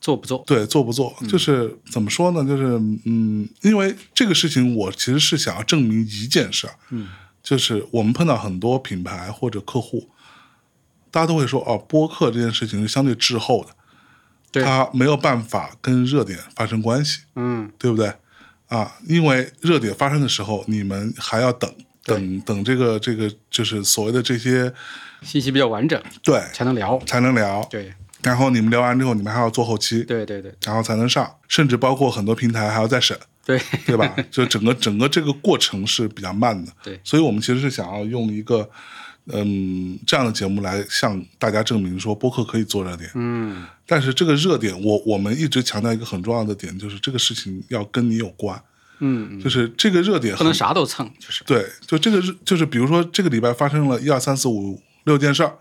做不做？
对做不做，
嗯
就是怎么说呢？就是嗯，因为这个事情我其实是想要证明一件事儿，
嗯，
就是我们碰到很多品牌或者客户，大家都会说哦，播客这件事情是相对滞后的，
对
它没有办法跟热点发生关系，
嗯，
对不对？啊，因为热点发生的时候，你们还要等
对
等等这个这个就是所谓的这些
信息比较完整
对
才能聊。
才能聊，
对
然后你们聊完之后，你们还要做后期，
对对对
然后才能上，甚至包括很多平台还要再 审，
对，
对吧？就整个整个这个过程是比较慢的。
对
所以我们其实是想要用一个嗯这样的节目来向大家证明说播客可以做热点，
嗯，
但是这个热点我我们一直强调一个很重要的点，就是这个事情要跟你有关，
嗯，嗯
就是这个热点
不
很
能啥都蹭，就是
对，就这个热就是比如说这个礼拜发生了一二三四五六件事儿，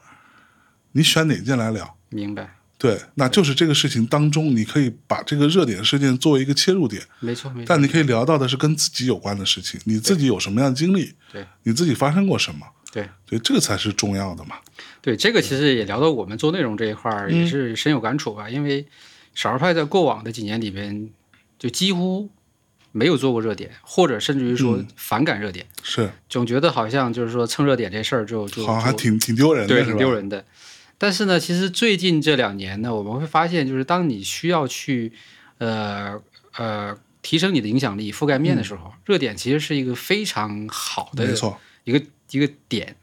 你选哪件来聊？
明白，
对，那就是这个事情当中，你可以把这个热点事件作为一个切入点，
没错没错。
但你可以聊到的是跟自己有关的事情，你自己有什么样的经历，
对
你自己发生过什么，
对
对，这个才是重要的嘛。
对，这个其实也聊到我们做内容这一块儿，也是深有感触吧。因为少儿派在过往的几年里边，就几乎没有做过热点，或者甚至于说反感热点，
是，
总觉得好像就是说蹭热点这事儿就就
好像还
就
挺挺丢人的，
对，
是
挺
吧？
丢人的。但是呢，其实最近这两年呢，我们会发现，就是当你需要去，呃呃，提升你的影响力、覆盖面的时候，热点其实是一个非常好的
嗯没错，
一个一个点。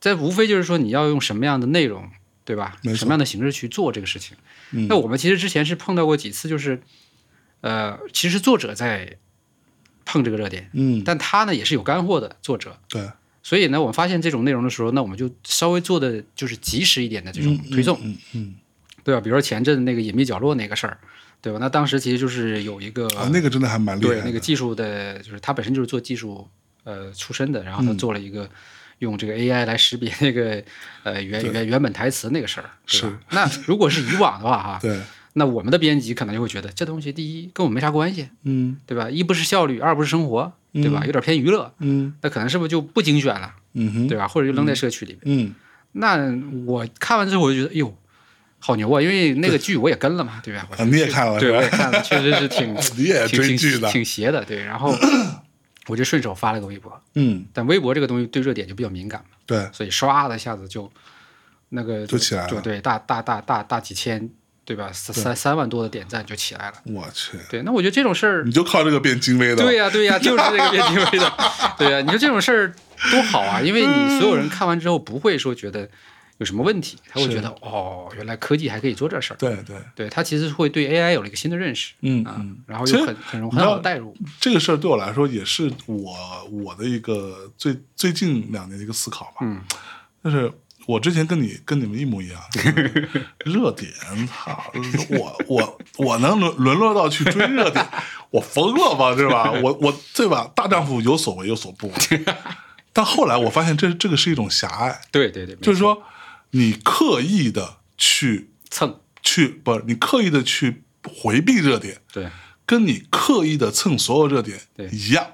这无非就是说你要用什么样的内容，对吧？
没错
什么样的形式去做这个事情？
嗯
那我们其实之前是碰到过几次，就是，呃，其实作者在碰这个热点，
嗯，
但他呢也是有干货的作者，
对，
所以呢，我们发现这种内容的时候，那我们就稍微做的就是及时一点的这种推送，
嗯嗯
对吧？比如说前阵那个隐秘角落那个事儿，对吧？那当时其实就是有一个、
嗯啊，那个真的还蛮厉害
对
的，
那个技术的，就是他本身就是做技术呃出身的，然
嗯
后他做了一个、用这个 AI 来识别那个呃原原原本台词那个事儿，对吧？ 那如果是以往的话哈，
对，
那我们的编辑可能就会觉得这东西第一跟我没啥关系，
嗯
对吧？一不是效率，二不是生活，对吧？有点偏娱乐，
嗯
那可能是不是就不精选了，
嗯哼，
对吧？或者就扔在社区里面。
嗯，
那我看完之后我就觉得，哎呦，好牛啊！因为那个剧我也跟了嘛，对 吧？我
啊，你也看了
对，
是
我也
吧？
看了，确实是挺
你也
挺
追
挺
剧的，
挺邪的，对。然后我就顺手发了个微博，
嗯，
但微博这个东西对热点就比较敏感嘛，
对，
所以唰的一下子就那个
就起来了
就对，大大大大大几千，对吧？三三三万多的点赞就起来了。
我去，
对，那我觉得这种事儿
你就靠这个变精微的，
对，呀、对 呀、就是这个变定位的，对呀、你说这种事儿多好啊，因为你所有人看完之后不会说觉得有什么问题，他会觉得哦，原来科技还可以做这事儿。
对对，
对他其实会对 AI 有了一个新的认识，
嗯
啊
嗯，
然后
其实
又很很容
你
很
知道
好代入，
这个事儿对我来说也是我我的一个最最近两年的一个思考吧。
嗯，
就是我之前跟你跟你们一模一样，就是 热点，操，我我我能沦沦落到去追热点，我疯了吧，对吧？我我对吧？大丈夫有所为有所不为。但后来我发现这这个是一种狭隘，
对对对，
就是是说你刻意的去
蹭，
去不，你刻意的去回避热点，
对
跟你刻意的蹭所有热点
对
一 样，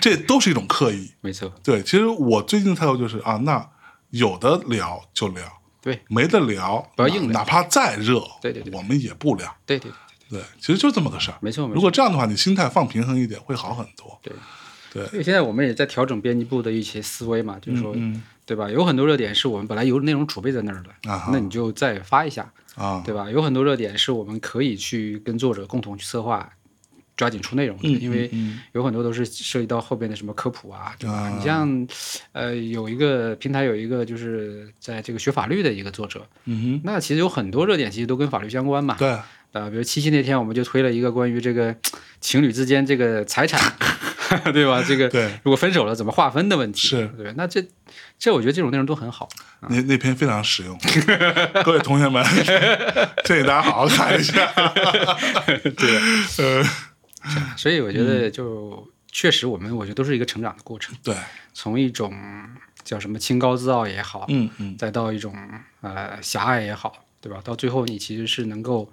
这都是一种刻意。
没错，
对，其实我最近的态度就是啊，那有的聊就聊，
对
没得聊，
不要硬聊
哪哪怕再热，
对对对
我们也不聊。
对对对，
对，其实就这么个事儿。
没错没错
如果这样的话，你心态放平衡一点，会好很多。
对
对
因为现在我们也在调整编辑部的一些思维嘛，就是说，
嗯
对吧？有很多热点是我们本来有内容储备在那儿的，
啊哈
那你就再发一下，
啊，
对吧？有很多热点是我们可以去跟作者共同去策划，抓紧出内容的，
嗯
因为有很多都是涉及到后边的什么科普啊，对吧？
啊
你像，呃，有一个平台有一个就是在这个学法律的一个作者，
嗯
那其实有很多热点其实都跟法律相关嘛
哼，，对，
啊，比如七夕那天我们就推了一个关于这个情侣之间这个财产， 对吧？这个
对
如果分手了怎么划分的问题，
是
对。那这这我觉得这种内容都很好，
那那篇非常实用，各位同 学们， 建议大家好好看一下。对，呃，
所以我觉
嗯
得就确实我们我觉得都是一个成长的过程，
对，
从一种叫什么清高自傲也好，
嗯嗯，
再到一种呃狭隘也好，对吧？到最后你其实是能够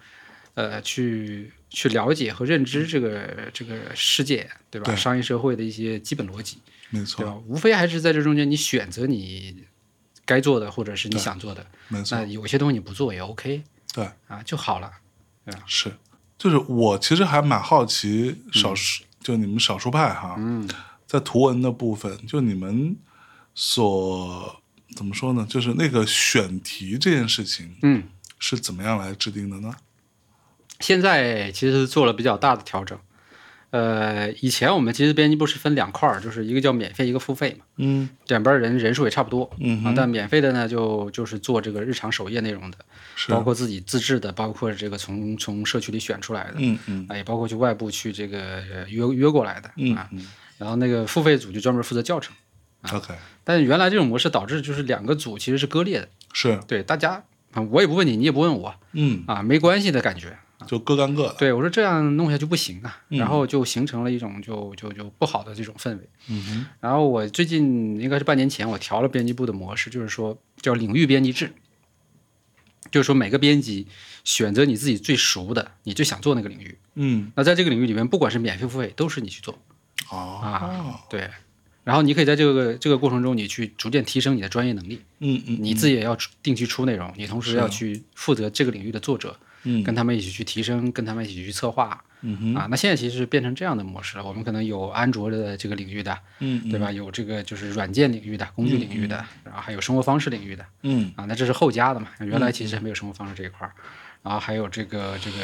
呃去去了解和认知这个这个世界，对吧？
嗯对
商业社会的一些基本逻辑。
没
对
错，
吧？无非还是在这中间，你选择你该做的，或者是你想做的。
没错
那，有些东西你不做也 OK
对，
啊，就好了。
是，就是我其实还蛮好奇少数，就你们少数派哈，
嗯，
在图文的部分，就你们所怎么说呢？就是那个选题这件事情
嗯，
是怎么样来制定的呢？
现在其实做了比较大的调整。呃，以前我们其实编辑部是分两块儿，就是一个叫免费，一个付费嘛。
嗯
两边人人数也差不多
嗯
啊
哼，，
但免费的呢，就就是做这个日常首页内容的，
是
包，括自己自制的，包括这个从从社区里选出来的，
嗯嗯
啊，也包括去外部去这个呃约约过来的
嗯
啊。
嗯
然后那个付费组就专门负责教程。
，OK，
但是原来这种模式导致就是两个组其实是割裂的，
是，
对大家啊，我也不问你，你也不问我
嗯，
啊，没关系的感觉。
就各干各的，
对我说这样弄下去不行啊，
嗯
然后就形成了一种就就就不好的这种氛围。
嗯哼，
然后我最近应该是半年前，我调了编辑部的模式，就是说叫领域编辑制，就是说每个编辑选择你自己最熟的，你最想做那个领域。
嗯，
那在这个领域里面，不管是免费付费，都是你去做。
哦
啊，对。然后你可以在这个这个过程中，你去逐渐提升你的专业能力。
嗯嗯，啊
你自己也要出定期出内容，你同时要去负责这个领域的作者，
嗯
跟他们一起去提升，跟他们一起去策划、
嗯哼，
啊。那现在其实变成这样的模式了，我们可能有安卓的这个领域的，
嗯
对吧？有这个就是软件领域的、工具领域的，然后还有生活方式领域的
嗯
啊。那这是后加的嘛？原来其实没有生活方式这一块儿，然后还有这个这个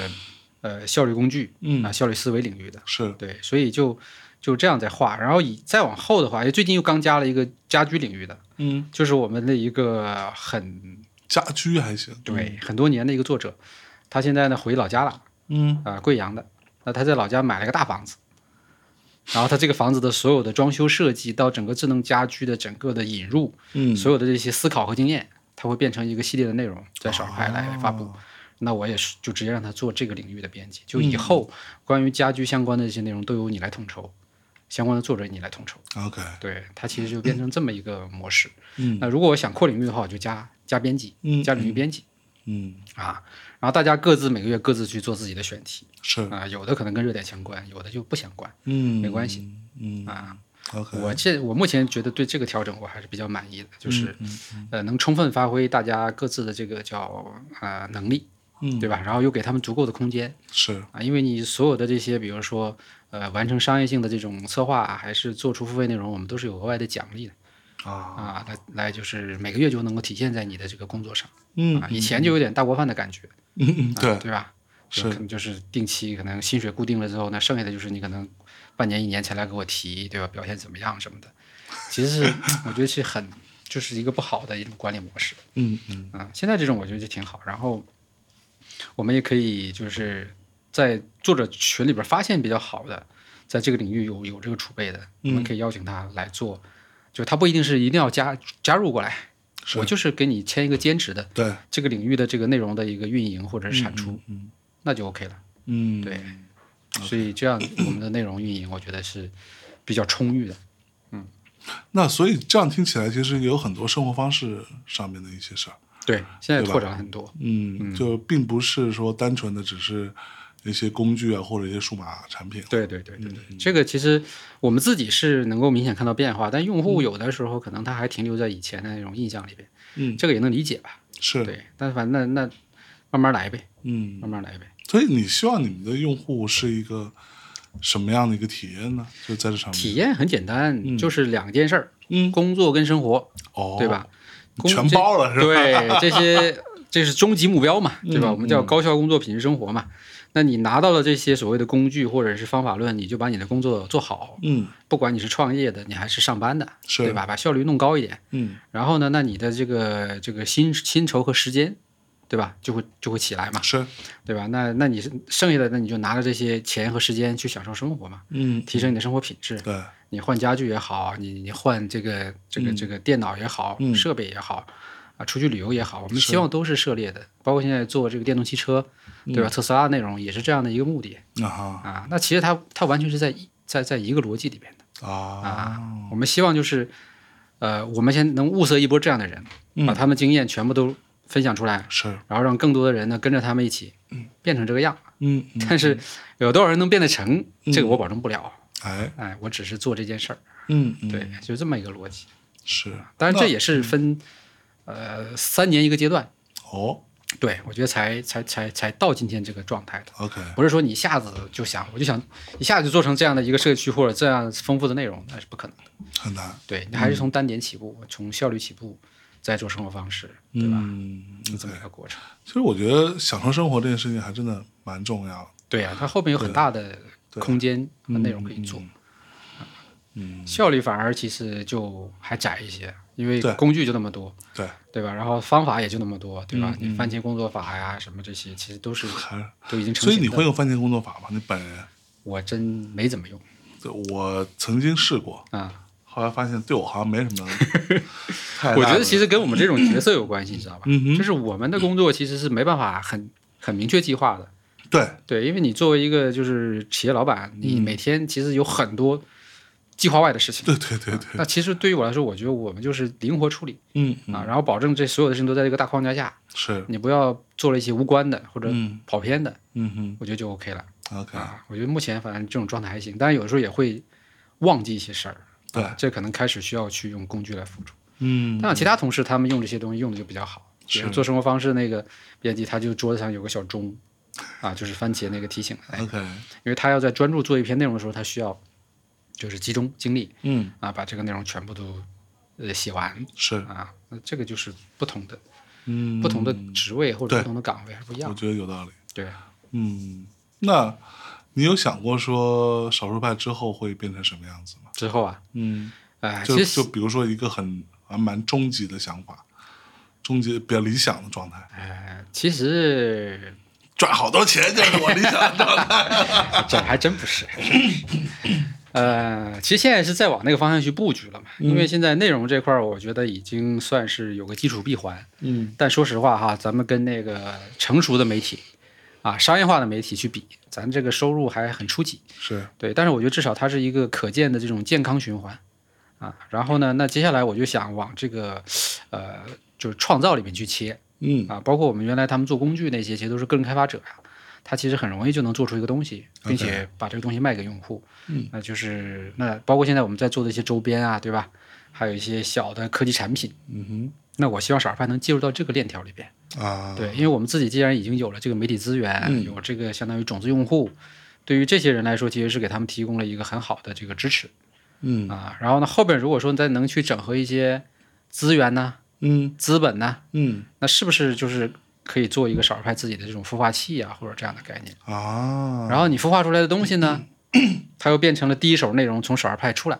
呃效率工具啊、
嗯，
效率思维领域的，
是，
对，所以就就这样在画。然后以再往后的话，因为最近又刚加了一个家居领域的，
嗯，
就是我们的一个很
家居还行，
对很多年的一个作者，他现在呢回老家了，
嗯，
啊、贵阳的。那他在老家买了个大房子，然后他这个房子的所有的装修设计到整个智能家居的整个的引入，
嗯
所有的这些思考和经验，他会变成一个系列的内容在少数派来发布。
哦
那我也是就直接让他做这个领域的编辑，就以
嗯
后关于家居相关的这些内容都由你来统筹，相关的作者你来统筹。
，OK，
对，它其实就变成这么一个模式。
嗯
那如果我想扩领域的话，我就加加编辑，
嗯
加领域编辑
嗯，
啊，然后大家各自每个月各自去做自己的选题
是，
啊，有的可能跟热点相关，有的就不相关。
嗯，
没关系，
嗯
啊
，OK，
我这我目前觉得对这个调整我还是比较满意的，就是
嗯
呃能充分发挥大家各自的这个叫呃能力，
嗯
对吧？然后又给他们足够的空间
是，
啊，因为你所有的这些，比如说呃完成商业性的这种策划，啊还是做出付费内容，我们都是有额外的奖励的。
啊，
啊，来来就是每个月就能够体现在你的这个工作上
嗯
啊，以前就有点大锅饭的感觉，
嗯嗯，对，
对吧？就是可能就是定期可能薪水固定了之后，那剩下的就是你可能半年一年才来给我提，对吧？表现怎么样什么的，其实是 我觉得是很就是一个不好的一种管理模式
嗯嗯
啊。现在这种我觉得就挺好，然后我们也可以就是在作者群里边发现比较好的，在这个领域有有这个储备的，我们可以邀请他来做，就他不一定是一定要加加入过来。
是
我就是给你签一个兼职的
对，
这个领域的这个内容的一个运营或者是产出，那就 OK 了。
嗯
对，所以这样我们的内容运营，我觉得是比较充裕的。
那所以这样听起来，其实也有很多生活方式上面的一些事儿，
对，现在拓展了很多。
嗯，就并不是说单纯的只是一些工具啊，或者一些数码产品，
对对对对
嗯
对，这个其实我们自己是能够明显看到变化，但用户有的时候可能他还停留在以前的那种印象里边，
嗯，
这个也能理解吧？
是，
对，但反正那那慢慢来呗，
嗯，
慢慢来呗。
所以你希望你们的用户是一个什么样的一个体验呢？就在这上面，
体验很简单，就是两件事儿，
嗯，
工作跟生活，
哦，
对吧？？工
全包了是
对，
吧？
这些这是终极目标嘛，对吧？
嗯
我们叫高效工作、品质生活嘛。那你拿到了这些所谓的工具或者是方法论，你就把你的工作做好，
嗯
不管你是创业的，你还是上班的，
是
对吧？把效率弄高一点。
嗯，
然后呢，那你的这个这个薪薪酬和时间，对吧？就会就会起来嘛，
是，
对吧？那那你是剩下的，那你就拿着这些钱和时间去享受生活嘛，
嗯，
提升你的生活品质。
对，
你换家具也好，你你换这个这个这个电脑也好，
嗯
设备也好，啊，出去旅游也好，我们
是
希望都是涉猎的。包括现在做这个电动汽车，
嗯
对吧？特斯拉的内容也是这样的一个目的
啊哈
啊。那其实它它完全是在一在在一个逻辑里边的。
啊，
我们希望就是，呃，我们先能物色一波这样的人，
嗯
把他们经验全部都分享出来，
是，
然后让更多的人呢跟着他们一起变成这个样。
嗯，嗯
但是有多少人能变得成，这个我保证不了。
哎，
哎，我只是做这件事儿，
嗯，嗯
对，就这么一个逻辑。
是，
当然这也是分，呃，三年一个阶段。
哦
对，我觉得才才才才到今天这个状态的，
，OK，
不是说你一下子就想，我就想一下子就做成这样的一个社区或者这样丰富的内容，那是不可能的。
很难，
对，你还是从单点起步，从效率起步，再做生活方式，对吧？
嗯，
就这么一个过程。
其实我觉得享受生活这件事情还真的蛮重要的。
对呀、它后面有很大的空间和内容可以做。
嗯
嗯，效率反而其实就还窄一些，因为
对
工具就那么多，
对，嗯
对吧？然后方法也就那么多，对吧？你番茄工作法呀，什么这些，其实 都是
还是
都已经成
所以
型
你
的。
会用番茄工作法吗？你本人？
我真没怎么用
对我曾经试过，
啊，
后来发现对我好像没 什么太大的。
我觉得其实跟我们这种角色有 关系，你知道吧？
嗯哼
就是我们的工作其实是没办法很很明确计划的，
对
对，因为你作为一个就是企业老板，
嗯
你每天其实有很多计划外的事情。
对对对对，
那其实对于我来说，我觉得我们就是灵活处理
嗯，
啊，然后保证这所有的事情都在这个大框架下，
是，
你不要做了一些无关的或者
嗯
跑偏的，
嗯
我觉得就 OK 了
哼，OK，
啊。我觉得目前反正这种状态还行，但是有时候也会忘记一些事儿，
对
啊，这可能开始需要去用工具来辅助。
嗯，
但有其他同事他们用这些东西用的就比较好，比如
是
做生活方式那个编辑，他就桌子上有个小钟，啊，就是番茄那个提醒，哎，
OK，
因为他要在专注做一篇内容的时候，他需要就是集中精力
嗯，
啊，把这个内容全部都呃写完
是，
啊，那这个就是不同的
嗯，
不同的职位或者
对
不同的岗位还是不一样
我
的。
觉得有道理。
对，
嗯，那你有想过说少数派之后会变成什么样子吗？
之后啊，
嗯，
哎，
就
其
就
实
比如说一个很还蛮终极的想法，终极比较理想的状态，
哎，其实
赚好多钱就是我理想的状态。
这还真不是。 还真不是呃，其实现在是在往那个方向去布局了嘛，因为
嗯
现在内容这块儿，我觉得已经算是有个基础闭环。
嗯，
但说实话哈，咱们跟那个成熟的媒体啊、商业化的媒体去比，咱这个收入还很初级。
是，
对，但是我觉得至少它是一个可见的这种健康循环啊。然后呢，那接下来我就想往这个呃，就是创造里面去切
嗯，
啊，包括我们原来他们做工具那些，其实都是个人开发者呀、他其实很容易就能做出一个东西，并且把这个东西卖给用户。嗯，那就是那包括现在我们在做的一些周边啊，对吧？还有一些小的科技产品。
嗯
那我希望少儿派能介入到这个链条里边。
哼，啊，嗯
对，因为我们自己既然已经有了这个媒体资源，有这个相当于种子用户，对于这些人来说，其实是给他们提供了一个很好的这个支持
嗯
啊。然后呢，后边如果说你再能去整合一些资源呐、
嗯
资本呐、
嗯
那是不是就是可以做一个少数派自己的这种孵化器啊，或者这样的概念？
啊，嗯
然后你孵化出来的东西呢， 它又变成了第一手内容从少儿派出来。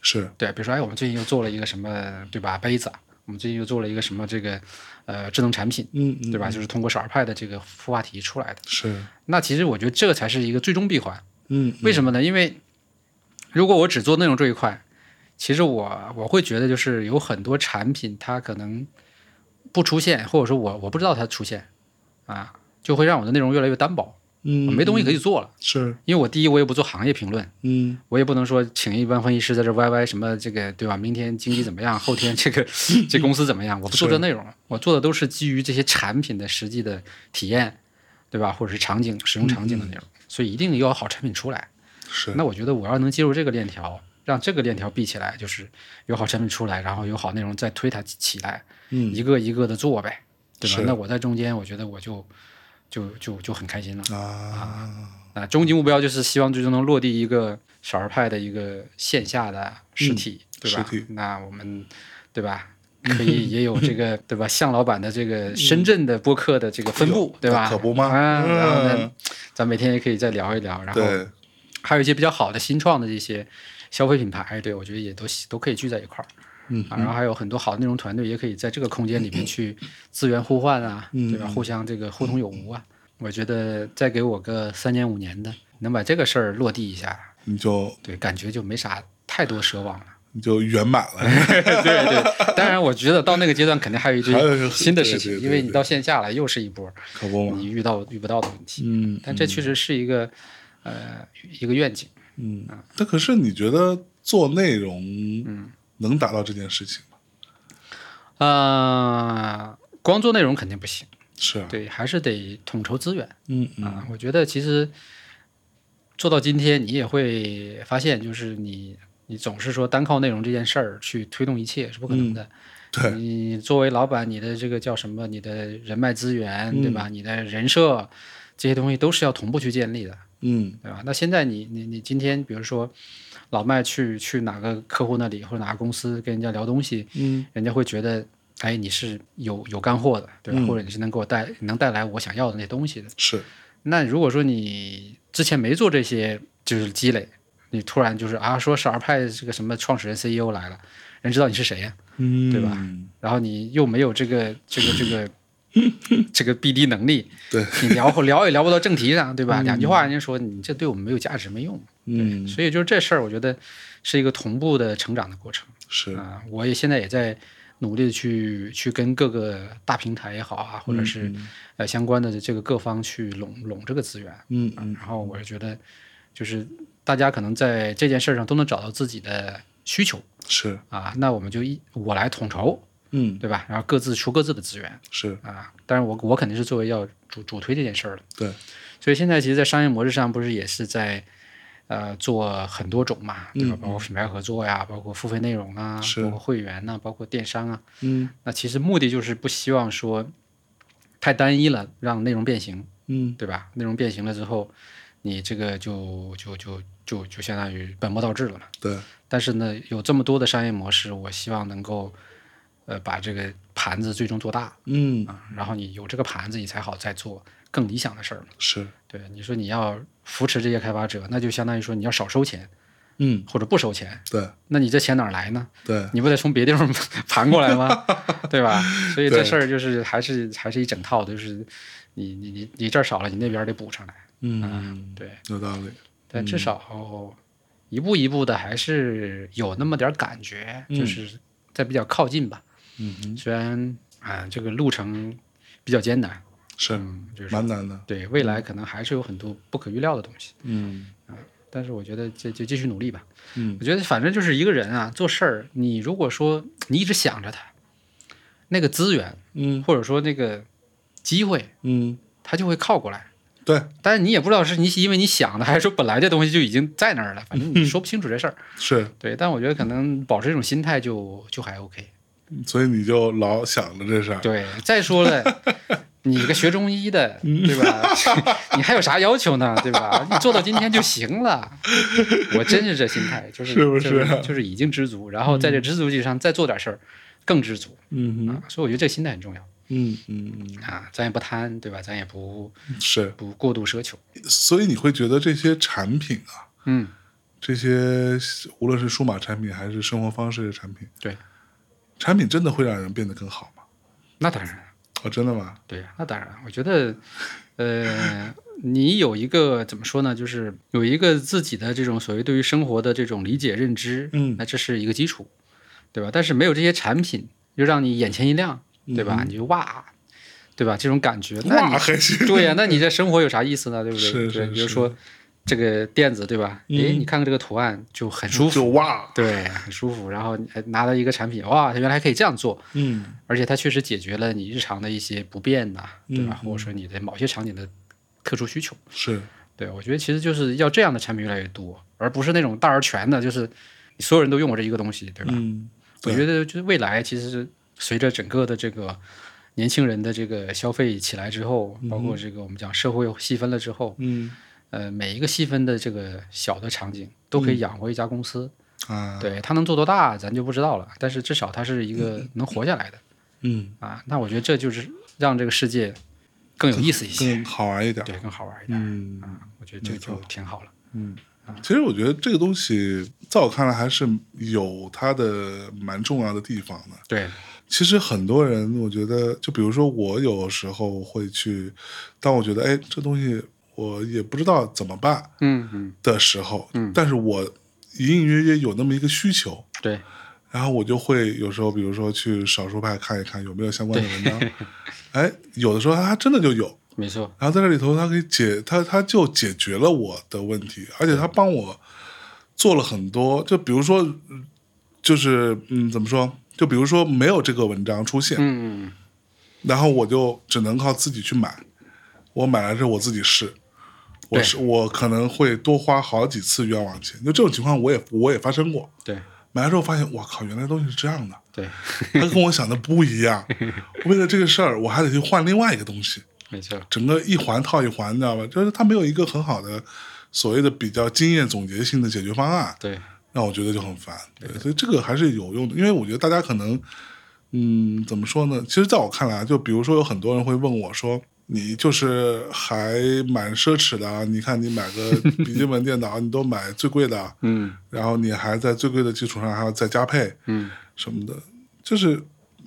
是，
对，比如说，哎，我们最近又做了一个什么，对吧？杯子啊，我们最近又做了一个什么这个呃智能产品，
嗯，嗯
对吧？就是通过少儿派的这个孵化题出来的。
是，
那其实我觉得这才是一个最终闭环。
嗯，
为什么呢？因为如果我只做内容这一块，其实我我会觉得就是有很多产品它可能不出现，或者说我我不知道它出现啊，就会让我的内容越来越单薄，
嗯，
我没东西可以做了。
是，
因为我第一我也不做行业评论，
嗯，
我也不能说请一般分析师在这歪歪什么这个对吧？明天经济怎么样？后天这 个这公司怎么样？我不做这内容了，我做的都是基于这些产品的实际的体验，对吧？或者是场景使用场景的内容，所以一定要有好产品出来。
嗯是，
那我觉得我要能接入这个链条，让这个链条闭起来，就是有好产品出来，然后有好内容再推它起来，
嗯
一个一个的做呗，对吧
是？
那我在中间，我觉得我就就就就很开心了。
啊，
啊，终极目标就是希望最终能落地一个少儿派的一个线下的实体，对吧？
嗯实体嗯
那我们对吧？可 以也有这个对吧？向老板的这个深圳的播客的这个分布，
嗯有
对吧？
那可不嘛
啊，然后呢
嗯，
咱每天也可以再聊一聊，然后
对，
还有一些比较好的新创的这些消费品牌，对我觉得也都都可以聚在一块儿。
嗯
啊，然后还有很多好的内容团队也可以在这个空间里面去资源互换啊，
嗯
对吧？互相这个互通有无啊。我觉得再给我个三年五年的，能把这个事儿落地一下，
你就
对，感觉就没啥太多奢 望了。
你就圆满了，
对对，当然我觉得到那个阶段肯定还有一
还有一个
堆新的事
对对
情，
对
因为
对
你到线下了又是一波
可不嘛。
你遇到遇不到的问题。
嗯，
但这确实是一个呃一个愿景。
嗯，但可是你觉得做内容能达到这件事情吗？
呃，光做内容肯定不行，
是啊，
对，还是得统筹资源
嗯嗯
啊。我觉得其实做到今天，你也会发现，就是你你总是说单靠内容这件事儿去推动一切是不可能的。
嗯对
你作为老板，你的这个叫什么？你的人脉资源，对吧？你的人设这些东西都是要同步去建立的。
嗯
对吧？那现在你你你今天比如说老麦去去哪个客户那里或者哪个公司跟人家聊东西，
嗯，
人家会觉得哎你是有有干货的，对吧？
嗯
或者你是能给我带能带来我想要的那些东西的。
是，
那如果说你之前没做这些就是积累，你突然就是啊说少儿派这个什么创始人 CEO 来了，人知道你是谁呀、
嗯，
对吧？然后你又没有这个这个这个这个 BD 能力，
对
你聊聊也聊不到正题上，对吧？两句话人家说你这对我们没有价值，没用。
嗯，
所以就是这事儿，我觉得是一个同步的成长的过程
是，
啊、我也现在也在努力的去去跟各个大平台也好啊，或
嗯
者是呃相关的这个各方去拢拢这个资源。
嗯
啊然后我是觉得，就是大家可能在这件事儿上都能找到自己的需求
是，
啊，那我们就一我来统筹，
嗯
对吧？然后各自出各自的资源
是，
啊。当然我，我肯定是作为要主主推这件事儿的。
对，
所以现在其实，在商业模式上，不是也是在呃做很多种嘛，对吧？包括品牌合作呀，包括付费内容啊，
嗯是
包括会员呐、包括电商啊。
嗯
那其实目的就是不希望说太单一了，让内容变形，
嗯
对吧？内容变形了之后，你这个就就就就就相当于本末倒置了嘛。
对，
但是呢，有这么多的商业模式，我希望能够呃把这个盘子最终做大
嗯
啊，然后你有这个盘子，你才好再做更理想的事儿嘛。
是，
对，你说你要扶持这些开发者，那就相当于说你要少收钱
嗯
或者不收钱，
对
那你这钱哪儿来呢？
对，
你不得从别地方 盘过来吗？对吧？所以这
对
事儿就是还是还是一整套，就是你你你你这儿少了，你那边儿得补上来。
嗯，
对，
有道理，
但
嗯
至少一步一步的还是有那么点儿感觉，就是在比较靠近吧。
嗯哼，
虽然啊、这个路程比较艰难，
是
嗯，就是
蛮难的，
对未来可能还是有很多不可预料的东西。
嗯
但是我觉得这就继续努力吧。
嗯，
我觉得反正就是一个人啊，做事儿，你如果说你一直想着他，那个资源
嗯
或者说那个机会，
嗯，
他就会靠过来。
对，
但是你也不知道是你因为你想的，还是说本来这东西就已经在那儿了，反正你说不清楚这事儿。
是，
对，但我觉得可能保持这种心态就就还 OK。
所以你就老想着这事 儿，
对，再说 了，你个学中医的，对吧？你还有啥要求呢？对吧？你做到今天就行了。我真是这心 态，就是
是不
就是是就是已经知足，然后在这知足基础上再做点事儿，更知足
嗯哼，
啊。所以我觉得这个心态很重要
嗯嗯
啊，咱也不贪，对吧？咱也不
嗯，是，
不过度奢求。
所以你会觉得这些产品啊。
嗯，
这些无论是数码产品还是生活方式的产品，
对，
产品真的会让人变得更好吗？
那当然，
哦，真的吗？
对呀，那当然。我觉得，呃，你有一个怎么说呢？就是有一个自己的这种所谓对于生活的这种理解认知，
嗯
那这是一个基础，对吧？但是没有这些产品，又让你眼前一亮，对吧？你就哇，对吧？这种感觉，那
嗯哇，
你
还 行，
对呀、那你这生活有啥意思呢？对不对？
是
对
是
比如
是
说这个垫子，对吧？诶，
嗯
你看看这个图案就很舒
就
服，
哇，
对，很舒服。然后你还拿到一个产品，哇，它原来还可以这样做，
嗯
而且它确实解决了你日常的一些不便呐、对吧？
嗯
或者说你的某些场景的特殊需求。
是，
对，我觉得其实就是要这样的产品越来越多，而不是那种大而全的，就是所有人都用我这一个东西，对吧？
嗯
我
对
觉得就是未来其实是随着整个的这个年轻人的这个消费起来之后，包括这个我们讲社会细分了之后，
嗯
呃，每一个细分的这个小的场景都可以养活一家公司。
嗯啊，
对它能做多大，咱就不知道了。但是至少它是一个能活下来的
嗯，
啊。那我觉得这就是让这个世界更有意思一些，
更好玩一点。
对，更好玩一点。
嗯，
啊，我觉得这就挺好了。
其实我觉得这个东西，在我看来还是有它的蛮重要的地方的。
对，
其实很多人，我觉得，就比如说我有时候会去，当我觉得哎，这东西我也不知道怎么办
嗯嗯，
的时候，
嗯
但是我隐隐约约有那么一个需求，
对，
然后我就会有时候，比如说去少数派看一看有没有相关的 文章，哎，有的时候它真的就有，
没错，
然后在这里头它可以解，它它就解决了我的问题，而且它帮我做了很多，就比如说，嗯就是嗯，怎么说？就比如说没有这个文章出现，
嗯嗯
然后我就只能靠自己去买，我买了之后我自己试。我
对
是我可能会多花好几次冤枉钱，就这种情况我也我也发生过。
对
买了之后发现，我靠，原来东西是这样的，
对，
他跟我想的不 一样。为了这个事儿，我还得去换另外一个东西，
没错，
整个一环套一环，你知道吧？就是他没有一个很好的所谓的比较经验总结性的解决方案，
对
让我觉得就很烦。对，所以这个还是有用的，因为我觉得大家可能，嗯，怎么说呢？其实在我看来啊，就比如说有很多人会问我说。你就是还蛮奢侈的啊！你看，你买个笔记本电脑，你都买最贵的啊，
嗯
然后你还在最贵的基础上还要再加配，
嗯，
什么的，就是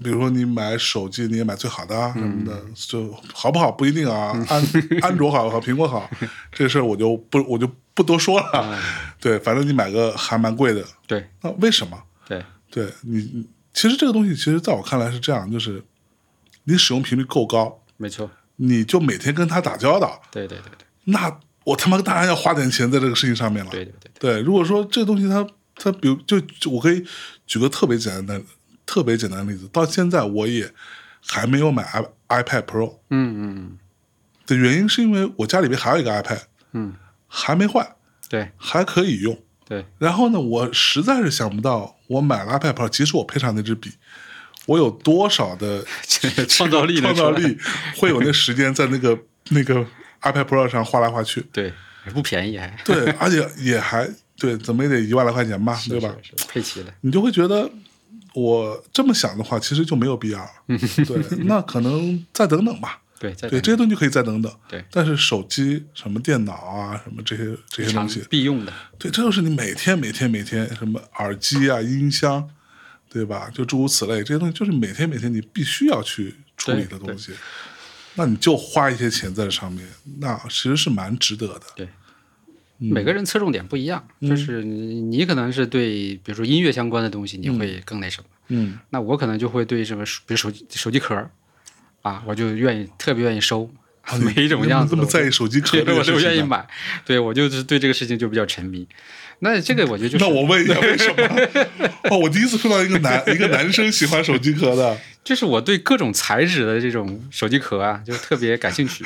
比如说你买手机，你也买最好的啊什么的，就好不好不一定啊，安安卓好和苹果好，这事儿我就不我就不多说了。对，反正你买个还蛮贵的，
嗯对
那为什么？
对
对你，你其实这个东西，其实在我看来是这样，就是你使用频率够高，
没错，
你就每天跟他打交道，
对对对对
那我他妈当然要花点钱在这个事情上面了。
对对对对，
对，如果说这个东西它它比如就就我可以举个特别简单的特别简单的例子，到现在我也还没有买 i iPad Pro
嗯嗯
的原因是因为我家里边还有一个 iPad
嗯，
还没坏，
对
还可以用。
对
然后呢，我实在是想不到，我买了 iPad Pro，即使我配上那支笔，我有多少 的
创造力能
创造
出来
力会有那时间在那个那个 iPad Pro 上画来画去。
对，也不便宜还，
对，而且也还对，怎么也得一万来块钱吧，对吧？
是？是是配齐了，
你就会觉得我这么想的话，其实就没有必 要了。对，那可能再等等吧。
对，再
对，这些东西可以再等等。
对
但是手机、什么电脑啊、什么这些这些东
常
西，
必用的，
对，这就是你每天、每天、每天什么耳机啊、音箱，对吧？就诸如此类这些东西，就是每天每天你必须要去处理的
对
东西。那你就花一些钱在这上面，那其实是蛮值得的。
对，
嗯
每个人侧重点不一样，就是你你可能是对，比如说音乐相关的东西，你会更那什么。
嗯，
那我可能就会对什么手，比如手机手机壳儿啊，我就愿意特别愿意收，
啊
每一种样子
这么
都
在意手机壳
对，
这个
我
事
都
情啊
愿意
呢
买。对我就是对这个事情就比较沉迷。那这个我觉得就是
那我问一下，为什么？哦，我第一次碰到一个男一个男生喜欢手机壳的，
就是我对各种材质的这种手机壳啊，就 特别感兴 趣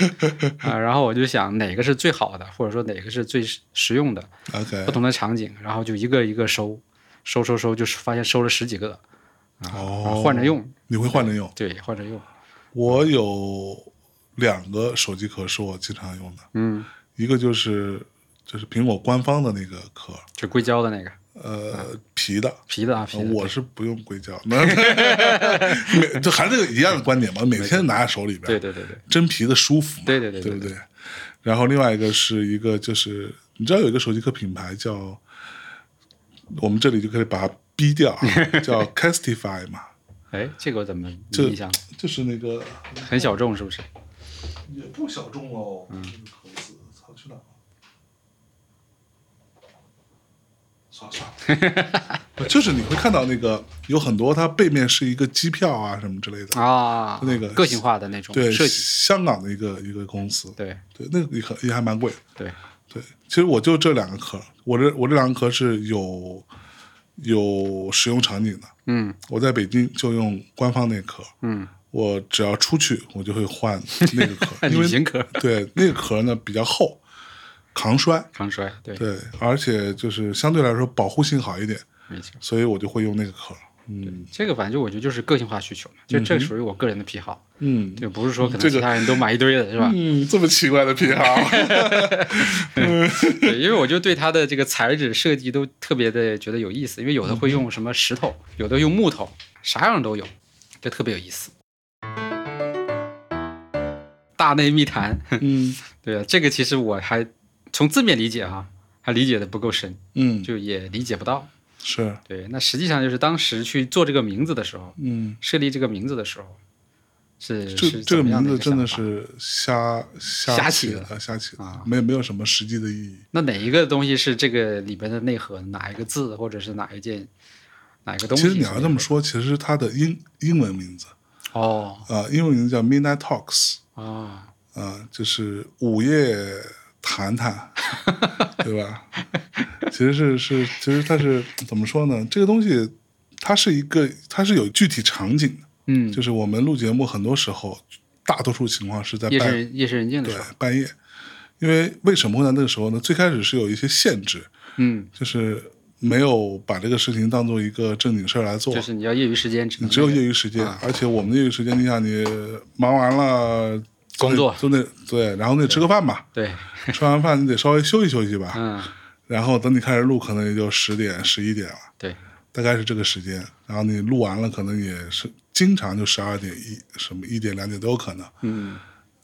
啊、然后我就想哪个是最好的，或者说哪个是最实实用的，
OK，
不同的场景，然后就一个一个收，收收收，就是发现收了十几个，啊
哦，
换着，用，
你会换着用。
对，换着用，
我有两个手机壳是我经常用的，
嗯，
一个就是就是苹果官方的那个壳，
就硅胶的那个
呃，皮的。
皮的啊，啊皮的，
我是不用硅胶，那 每就还是这个一样的观点嘛，每天拿在手里边，
对对对对
真皮的舒服嘛，
对对对
对
对
不对？然后另外一个是一个就是你知道有一个手机壳品牌叫，我们这里就可以把它逼掉 啊，叫 Castify 嘛，
对，哎，这个我怎么没
这
印象？
就是那个
很小众是不是？
也不小众哦，
嗯
这个壳子，操去哪了？算了算 了，就是你会看到那个有很多它背面是一个机票啊什么之类的，
啊，
那个
个性化的那种
对，
设计，
香港的一个一个公司，
对
对，那个也很也还蛮贵的。
对，
对，其实我就这两个壳，我这我这两个壳是有有使用场景的。
嗯
我在北京就用官方那个壳，
嗯，
我只要出去我就会换那个 壳，因
旅
为
行壳
对那个壳呢比较厚，抗摔，
抗摔，对，
对，而且就是相对来说保护性好一点，
没错，
所以我就会用那个壳。嗯
这个反正就我觉得就是个性化需求嘛，就这个属于我个人的癖好，
嗯
就不是说可
这
能其
个
他人都买一堆的是吧？
嗯，这么奇怪 的癖好，嗯
对，因为我就对它的这个材质设计都特别的觉得有意思，因为有的
嗯
会用什么石头，有的用木头，啥样都有，这特别有意思。大内密谈，
嗯
对啊，这个其实我还从字面理解啊，还理解的不够深，
嗯，
就也理解不到。
是，
对，那实际上就是当时去做这个名字的时候，
嗯，
设立这个名字的时候，是
这
是
这
怎
个
么样
名
一
字
个
真的
想法
是瞎瞎
瞎
起
起
的，瞎起的
啊，
没有没有什么实际的意义。
那哪一个东西是这个里边的内核？哪一个字，或者是哪一件，哪一个东西
其
是
实
内核？
你要这么说，其实它的英英文名字
哦
啊、呃英文名字叫 Midnight Talks
哦，
啊、就是午夜 谈谈，对吧？其实是是，其实它是怎么说呢？这个东西它是一个，它是有具体场景的，
嗯，
就是我们录节目很多时候，大多数情况是在
夜
半
深夜深人静的
对
时候，
半夜，因为为什么会在那个时候呢？最开始是有一些限制，
嗯，
就是没有把这个事情当做一个正经事儿来做，
就是啊你要业余时间只
你
能
只有
那
业
个
余时间，而且我们的业余时间，你想你忙完了总
工
得
作
总得对，然后你得吃个饭吧，
对，
吃完饭你得稍微休息休息吧，
嗯，
然后等你开始录，可能也就十点十一点了，
对，
大概是这个时间。然后你录完了，可能也是经常就十二点一什么一点两点都有可能。
嗯，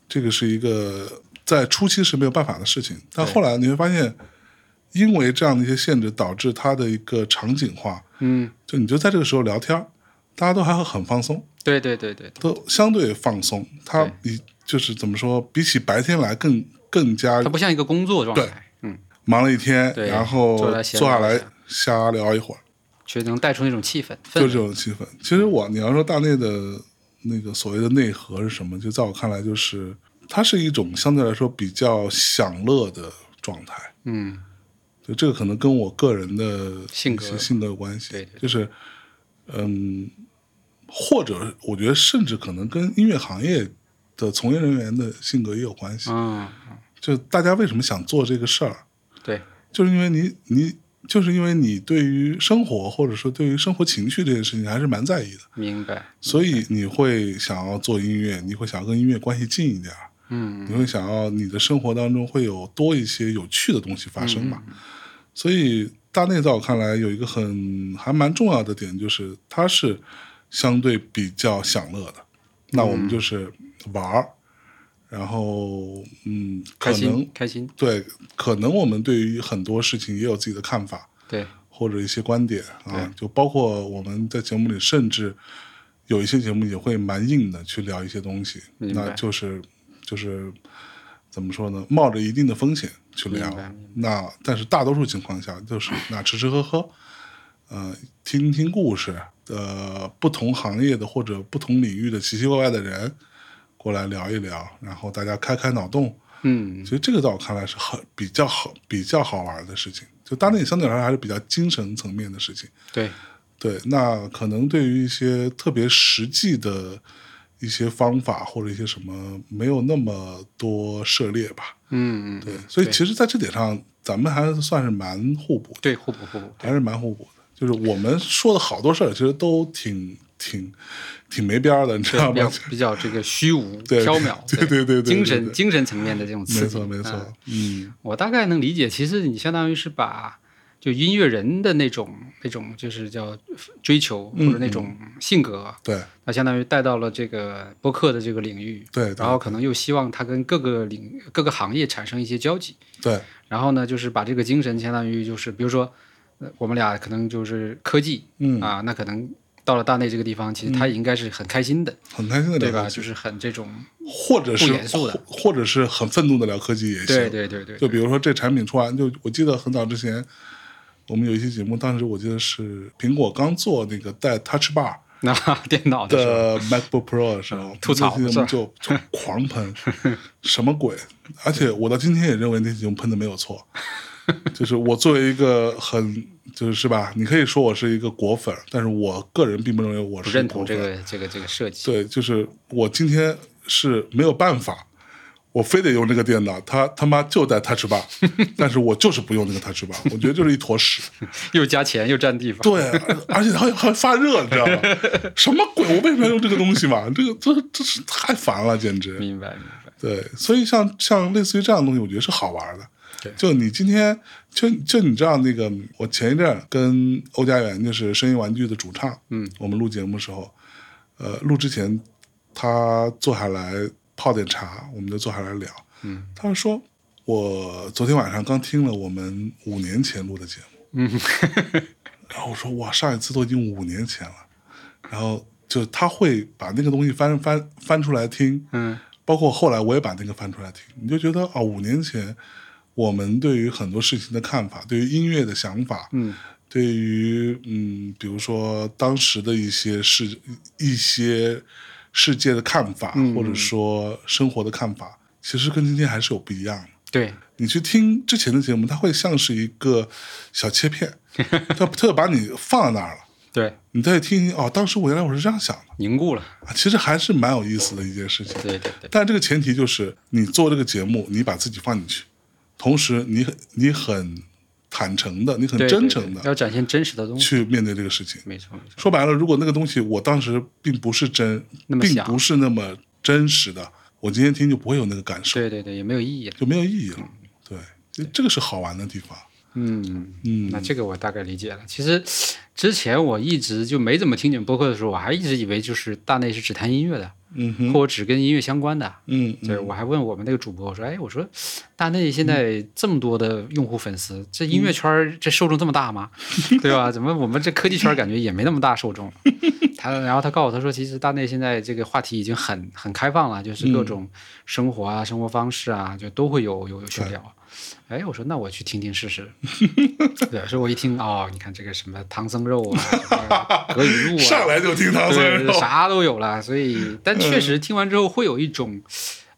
这个是一个在初期是没有办法的事情，但后来你会发现，因为这样的一些限制，导致它的一个场景化，
嗯，
就你就在这个时候聊天儿，大家都还很放松，
对对对对，
都相对放松。它比就是怎么说，比起白天来更更加
它不像一个工作状态，嗯，
忙了一天，
对
然后
坐
坐
下来闲聊一
下来
下
瞎聊一会儿，
却能带出那种气氛氛
就
围，
这种气氛。其实我你要说大内的那个所谓的内核是什么，就在我看来，就是它是一种相对来说比较享乐的状态。
嗯，
就这个可能跟我个人的
性格
性格有关系，
对对对
就是嗯，或者我觉得甚至可能跟音乐行业的从业人员的性格也有关系。
嗯，
就大家为什么想做这个事儿，
对，
就是因为你你就是因为你对于生活或者说对于生活情绪这件事情还是蛮在意的，
明白，
所以你会想要做音乐，你会想要跟音乐关系近一点儿，
嗯
你会想要你的生活当中会有多一些有趣的东西发生
嗯
嘛？所以大内在我看来有一个很还蛮重要的点，就是它是相对比较享乐的。那我
嗯
们就是玩儿，然后嗯，
开
可能
心开心，
对，可能我们对于很多事情也有自己的看法
对，
或者一些观点啊
对，
就包括我们在节目里，甚至有一些节目也会蛮硬的去聊一些东西，
明白
那就是就是怎么说呢，冒着一定的风险去聊
明白明白。
那但是大多数情况下，就是那吃吃喝喝，呃，听听故事，呃，不同行业的或者不同领域的奇奇怪怪的人过来聊一聊，然后大家开开脑洞。
嗯，
其实这个在我看来是很比较好、比较好玩的事情。就大内相对来说还是比较精神层面的事情。
对，
对，那可能对于一些特别实际的一些方法或者一些什么，没有那么多涉猎吧。
嗯嗯，
对，所以其实在这点上，咱们还算是蛮互补的，
对，互补互补，
还是蛮互补的。就是我们说的好多事儿，其实都挺挺挺没边儿的，你知道
对，比较
吗？
比较这个虚无
对
缥缈，
对对对对对
精
对
神精神层面的这种刺
没
激，
错，没
嗯
错，嗯
我大概能理解，其实你相当于是把就音乐人的那种那种就是叫追求
嗯
或者那种性格，
对
那、相当于带到了这个播客的这个领域，
对对
然后可能又希望他跟各个领各个行业产生一些交集，
对，
然后呢，就是把这个精神相当于就是比如说、呃我们俩可能就是科技、
嗯，
啊，那可能到了大内这个地方，其实他也应该是很开心的，
很开心的聊
对
天
吧？就是很这种，
或者是
不严肃的
或或者是很愤怒的聊科技也行。
对对对对，
就比如说这产品出完，就我记得很早之前，我们有一期节目，当时我记得是苹果刚做那个带 Touch Bar
那 电脑的时候，
的 MacBook Pro 的时候，
吐槽
那期节目
是吧
就就狂喷， 什么鬼？而且我到今天也认为那期节目喷的没 有错，就是我作为一个很就是是吧，你可以说我是一个果粉，但是我个人并不认为我
不
是
认同
果粉
这个这个这个设计，
对，就是我今天是没有办法，我非得用这个电脑，他他妈就带 Touch Bar，但是我就是不用那个 Touch Bar，我觉得就是一坨屎。
又加钱又占地方。
对，而且还还发热，你知道吗？什么鬼？我为什么要用这个东西嘛？这个这这是太烦了，简直。
明白明白。
对，所以像像类似于这样的东西，我觉得是好玩的。就你今天就就你知道那个，我前一阵儿跟欧家园就是声音玩具的主唱，
嗯，
我们录节目的时候，呃，录之前他坐下来泡点茶，我们就坐下来聊，
嗯，
他说我昨天晚上刚听了我们五年前录的节目，
嗯，
然后我说哇，上一次都已经五年前了，然后就他会把那个东西翻翻翻出来听，
嗯
包括后来我也把那个翻出来听，你就觉得啊、五年前我们对于很多事情的看法，对于音乐的想法，
嗯
对于嗯，比如说当时的一些事、一些世界的看法，
嗯
或者说生活的看法，其实跟今天还是有不一样的。
对，
你去听之前的节目，它会像是一个小切片， 它它把你放在那儿了，
对，
你再听哦，当时我原来我是这样想的
凝固了，
啊，其实还是蛮有意思的一件事情。
对对对，
但这个前提就是你做这个节目，你把自己放进去，同时你很你很坦诚的，你很
对
真
对
诚
对
的
要展现真实的东西，
去面对这个事情。
没错没错，
说白了，如果那个东西我当时并不是真
那，么
并
想
不是那么真实的，我今天听就不会有那个感受，
对对对，也没有意义了，
就没有意义了。对，这这个是好玩的地方。
嗯。
嗯
那这个我大概理解了。其实之前我一直就没怎么听你们播客的时候，我还一直以为就是大内是只谈音乐的，
嗯哼
或者只跟音乐相关的。
嗯
对，我还问我们那个主播，我说：“哎，我说大内现在这么多的用户粉丝，这
嗯
音乐圈儿这受众这么大吗？ 对吧？怎么我们这科技圈儿感觉也没那么大受 众了？”他然后他告诉我，他说：“其实大内现在这个话题已经很很开放了，就是
嗯
各种生活啊、生活方式啊，就都会有有有去聊。”哎，我说那我去听听试 试。对，所以我一听哦，你看这个什么唐僧肉啊，什么 葛雨露啊，
上来就听唐僧
对，
肉，
啥都有了，所 以但确实听完之后会有一种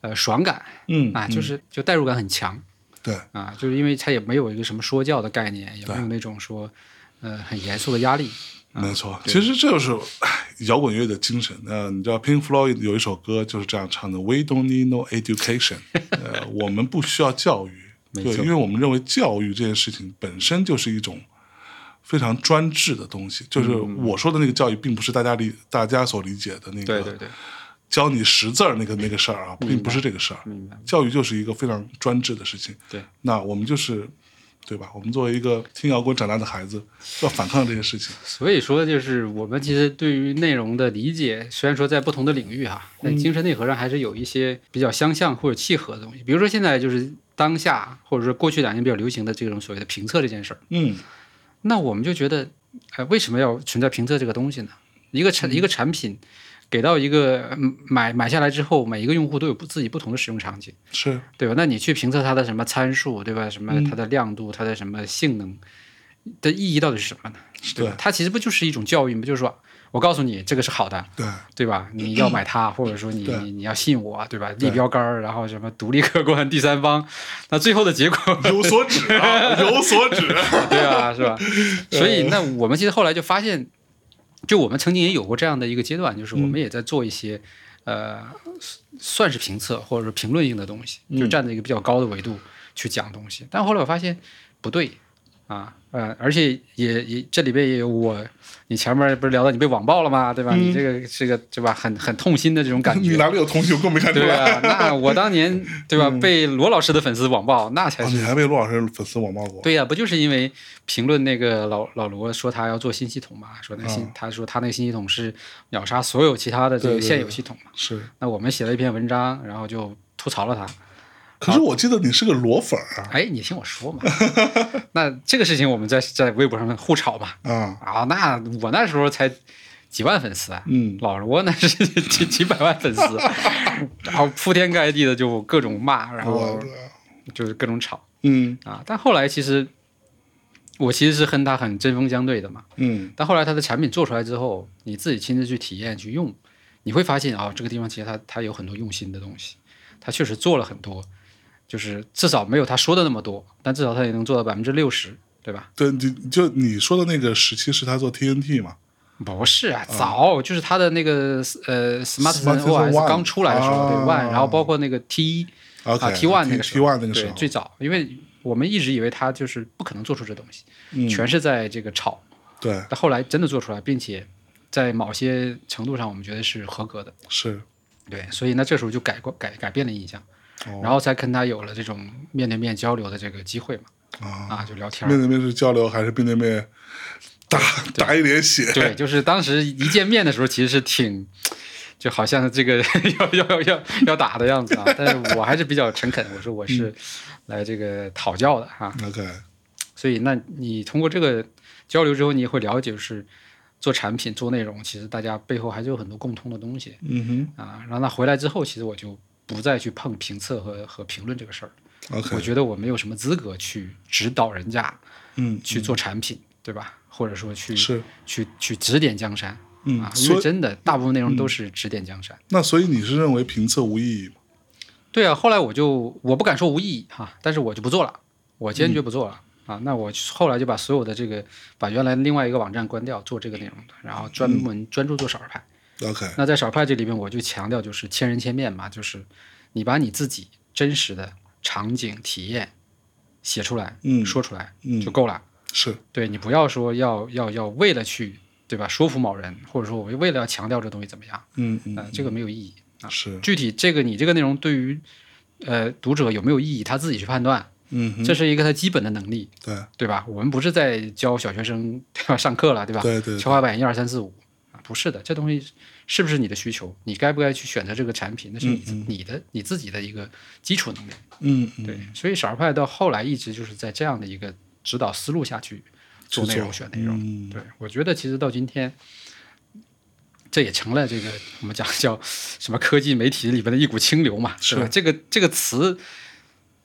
呃爽感
嗯
啊，就是就代入感很强
对，
啊，就是因为它也没有一个什么说教的概念，也没有那种说呃很严肃的压力。
没错，其实这就是 唉摇滚乐的精神。呃，你知道 Pink Floyd 有一首歌就是这样唱的：“We don't need no education，呃，我们不需要教育，
没
对，
错
因为我们认为教育这件事情本身就是一种非常专制的东西。就是我说的那个教育，并不是大家理大家所理解的那
嗯对对
个
对，
教你识字儿那个那个事儿啊，并不是这个事儿。
明白。
教育就是一个非常专制的事情。
对，
那我们就是，对吧？我们作为一个听摇滚长大的孩子，要反抗这些事情。
所以说就是我们其实对于内容的理解，虽然说在不同的领域哈、
嗯
但精神内核上还是有一些比较相像或者契合的东西。比如说现在就是当下或者说过去两年比较流行的这种所谓的评测这件事儿。
嗯
那我们就觉得，呃，为什么要存在评测这个东西呢？一个产一个产品给到一个嗯买买下来之后，每一个用户都有不自己不同的使用场景，
是，
对吧？那你去评测它的什么参数，对吧？什么它的亮度，它的什么性能的意义到底是什么呢？对吧？它其实不就是一种教育吗？就是说我告诉你这个是好的，
对。
对吧？你要买它，或者说你你你要信我，对吧？立标杆儿，然后什么独立客观第三方，那最后的结果
有所指啊，有所指。
对啊，是吧？所以那我们其实后来就发现，就我们曾经也有过这样的一个阶段，就是我们也在做一些、呃算是评测或者说评论性的东西，就站在一个比较高的维度去讲东西。但后来我发现不对啊，呃，而且也也这里边也有我，你前面不是聊到你被网暴了吗？对吧？你这个这个对吧？很很痛心的这种感
你
觉。
哪里有同情，我更没看出
对
来。
啊，那我当年对吧，被罗老师的粉丝网暴，那才
哦，
是
你还被陆老师粉丝网暴过？啊
对呀、不就是因为评论那个老老罗说他要做新系统嘛？说那个新，他说他那个新系统是秒杀所有其他的这
嗯对
个
对
现
对
有系统嘛？
是。
那我们写了一篇文章，然后就吐槽了他。
可是我记得你是个裸粉儿啊
哎，你听我说嘛， 那这个事情我们在在微博上面互吵嘛。
啊！
啊，那我那时候才几万粉丝啊，
嗯
老罗那是几几百万粉丝，啊 然后铺天盖地的就各种骂，然后
我
就是各种吵
嗯
啊。但后来其实我其实是跟他很针锋相对的嘛。
嗯，
但后来它的产品做出来之后，你自己亲自去体验去用，你会发现啊、这个地方其实它它有很多用心的东西，它确实做了很多，就是至少没有他说的那么多，但至少它也能做到百分之六十，对吧？
对，你就你说的那个时期是他做 TNT 嘛？
不是啊，早就是它的那个呃 Smart
Smartisan
OS
One
刚出来的时候，对
啊
One，然后包括那个 T 一
OK，
啊 T One 那个时
T
候
One 那个时
对
候，
最早，因为我们一直以为他就是不可能做出这东西，
嗯
全是在这个炒，
对，
但后来真的做出来，并且在某些程度上我们觉得是合格的，
是
对，所以呢这时候就改过改改变了印象，然后才跟他有了这种面对面交流的这个机会嘛，
啊，
啊就聊天儿，
面对面是交流还是面对面打打一脸血？
对，就是当时一见面的时候，其实是挺，就好像这个 要要要要打的样子啊。但是我还是比较诚恳，我说我是来这个讨教的哈、
，OK，
所以，那你通过这个交流之后，你也会了解，就是做产品、做内容，其实大家背后还是有很多共通的东西
嗯
啊。然后那回来之后，其实我就不再去碰评测和和评论这个事儿了。
哼，OK，
我觉得我没有什么资格去指导人家
嗯，
去做产品，对吧？或者说去
是，
去去指点江山。
嗯
啊，，因为
所以嗯
真的大部分内容都是指点江山。
那所以你是认为评测无意义吗？
对啊，后来我就我不敢说无意义哈，但是我就不做了，我坚
嗯
决不做了、啊。那我后来就把所有的这个把原来另外一个网站关掉，做这个内容的，然
嗯
后专门专注做少儿派。
OK，
那在少儿派这里面，我就强调就是千人千面嘛，就是你把你自己真实的场景体验写出来、
嗯
说出来
嗯
就够了。
是
对你不要说要要要为了去对吧说服某人，或者说我为了要强调这东西怎么样，
嗯嗯
呃，这个没有意义。
是，
具体这个你这个内容对于呃读者有没有意义，他自己去判断，
嗯哼，
这是一个他基本的能力，
对
对吧？我们不是在教小学生对吧上课了，对吧？
对对
敲
对
黑板一二三四五啊，不是的，这东西是不是你的需求，你该不该去选择这个产品，那是你自、你的你自己的一个基础能力。
嗯嗯
对，所以少儿派到后来一直就是在这样的一个指导思路下去做内容、选内容。
嗯
对，我觉得其实到今天，这也成了这个我们讲叫什么科技媒体里边的一股清流嘛，
是
吧？这个这个词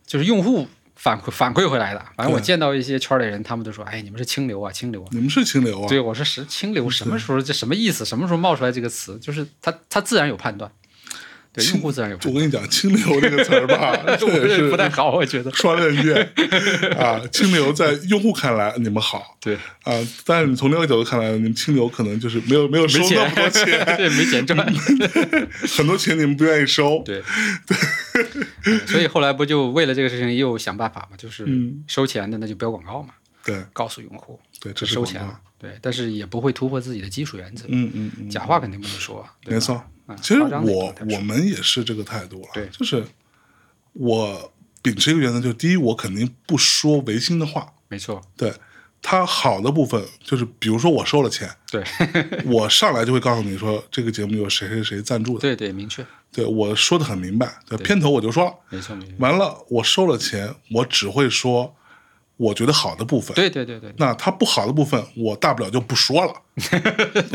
就是用户反馈反馈回来的。反正我
对
见到一些圈里人，他们都说：“哎，你们是清流啊，清流啊。
你们是清流啊，
对，我说是清流，什么时候这什么意思？什么时候冒出来这个词？就是他他自然有判断，对用户自然有
我
判断，
跟你讲，“清流”这个词儿吧，这
我
也
觉得不太
是
好，我觉得。
双刃剑 啊。清流在用户看来你们好
对，
啊，但是你从另外一个角度看来，你们清流可能就是没有没有收
没钱
那么多 钱，
对，没 钱赚。
很多钱你们不愿意收。
对，对，所以后来不就为了这个事情又想办法嘛，就是
嗯
收钱的那就标广告嘛，
对
告诉用户
对，这是
收
广
钱
告。
嘛，对，但是也不会突破自己的基础原则，
嗯嗯嗯，
假话肯定不能说，对
没
吧，
错
嗯。
其实
夸张的
我
可能是
我们也是这个态度了，
对
就是我秉持一个原则，就是第一，我肯定不说违心的话，
没错，
对。它好的部分就是，比如说我收了钱，
对，
我上来就会告诉你说这个节目有谁谁谁赞助的，
对对，明确，
对我说的很明白，对片头我就说了，
没错，明确，
完了我收了钱，我只会说我觉得好的部分，
对对对对，
那它不好的部分我大不了就不 说了，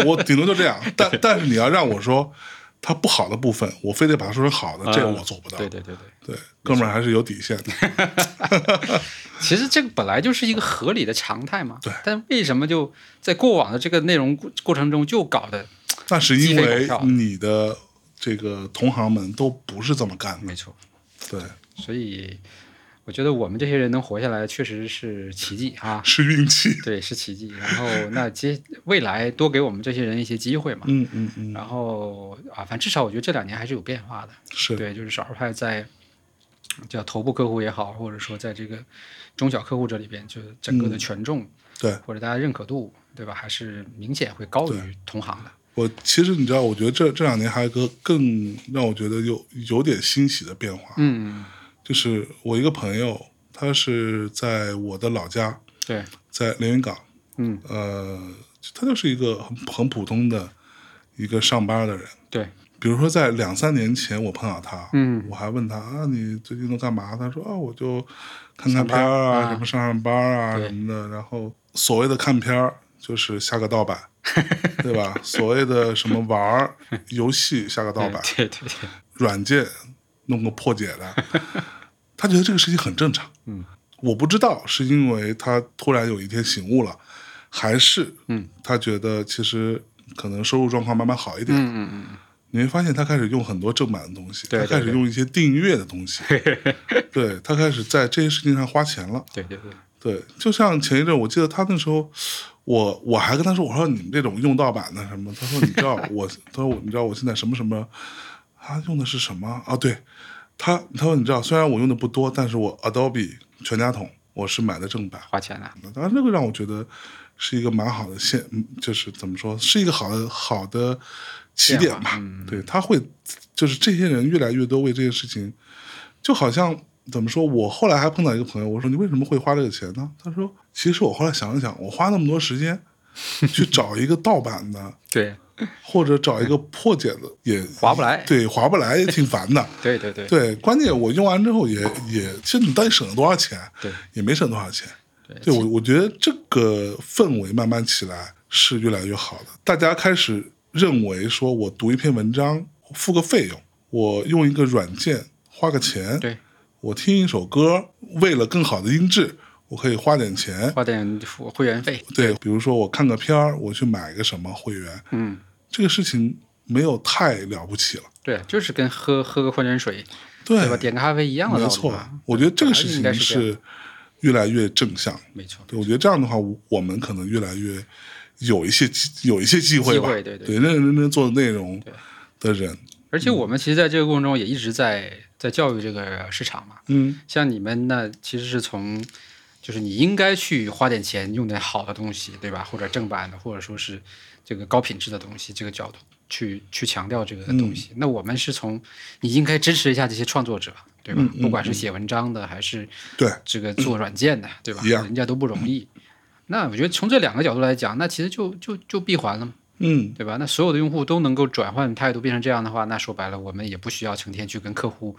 我顶多就这样，但但是你要让我说它不好的部分，我非得把它说成好的，这个我做不到，
啊对对对对，
对哥们儿还是有底线的，
其实这个本来就是一个合理的常态嘛，
对
但为什么就在过往的这个内容过过程中就搞得
那是因
鸡飞狗
为
跳
你的这个同行们都不是这么干的，
没错，
对，
所以我觉得我们这些人能活下来确实是奇迹啊，
是运气，
对，是奇迹。然后那接未来多给我们这些人一些机会嘛。
嗯嗯嗯，
然后啊，反正至少我觉得这两年还是有变化的。
是
对，就是少数派在叫头部客户也好，或者说在这个中小客户这里边，就是整个的权重、
嗯对。
或者大家认可度，对吧？还是明显会高于同行的。
我其实你知道，我觉得这这两年还有一个更让我觉得有有点欣喜的变化，
嗯，
就是我一个朋友，他是在我的老家，
对，
在连云港，
嗯，
呃，他就是一个很很普通的一个上班的人。
对，
比如说在两三年前，我碰到他，
嗯，
我还问他啊，你最近都干嘛？他说啊，我就看看
上
片
班
儿
啊
啊，什么上上班啊
对
什么的。然后所谓的看片儿，就是下 个盗版，对吧？所谓的什么玩儿游戏下个盗版，
对对对，
软件弄个破解 的，他觉得这个事情很正常。
嗯，
我不知道是因为他突然有一天醒悟了，还是
嗯，
他觉得其实可能收入状况慢慢好一点。
嗯嗯嗯，
你会发现他开始用很多正版的东西，
对
他开
对
始
对
用一些订阅的 东西，对他开始在这些事情上花钱了。
对对对，
对，就像前一阵，我记得他那时候，我我还跟他说，我说你们这种用盗版的什么，他说你知道我，他说我你知道我现在什么什么，他用的是什么啊？对，他他说你知道，虽然我用的不多，但是我 Adobe 全家桶我是买的正版，
花钱啊了，
当然这个让我觉得是一个蛮好的现，就是怎么说，是一个好的好的起点吧。
嗯
对，他会就是这些人越来越多为这件事情，就好像怎么说，我后来还碰到一个朋友，我说你为什么会花这个钱呢？他说，其实我后来想了想，我花那么多 时间去找一个盗版的，
对
或者找一个破解的， 也
划不来
对，划不来也挺烦的。
对对 对，
对，关键我用完之后也也，其实你到底省了多少钱？
对，
也没省多少钱。
对
我我觉得这个氛围慢慢起来是越来越好的，大家开始认为说我读一篇文章付个费用，我用一个软件花个钱，
对，
我听一首歌，为了更好的音质，我可以花点钱。
花点付会员 费，
对，比如说我看个片儿，我去买个什么会员，
嗯，
这个事情没有太了不起了。
对，就是跟喝喝个矿泉水
对
对吧，点个咖啡一样的道理
没
嘛，
错，我觉得这个事
本来
情
就应该是这
是越来越正向。
没错，
对，我觉得这样的话，我我们可能越来越有一些机有一些机会吧。
机会对对
对，认认真真做内容的人，
而且我们其实在这个过程中也一直在在教育这个市场嘛，
嗯，
像你们呢，其实是从，就是你应该去花点钱用点好的东西，对吧？或者正版的，或者说是这个高品质的东西，这个角度去去强调这个东
嗯
西。那我们是从你应该支持一下这些创作者，对
嗯
吧？不管是写文章的，还是
对
这个做软件的，对吧？
嗯一样
人家都不容易。那我觉得从这两个角度来讲，那其实就就就闭环了嘛，
嗯，
对吧？那所有的用户都能够转换态度变成这样的话，那说白了，我们也不需要成天去跟客 户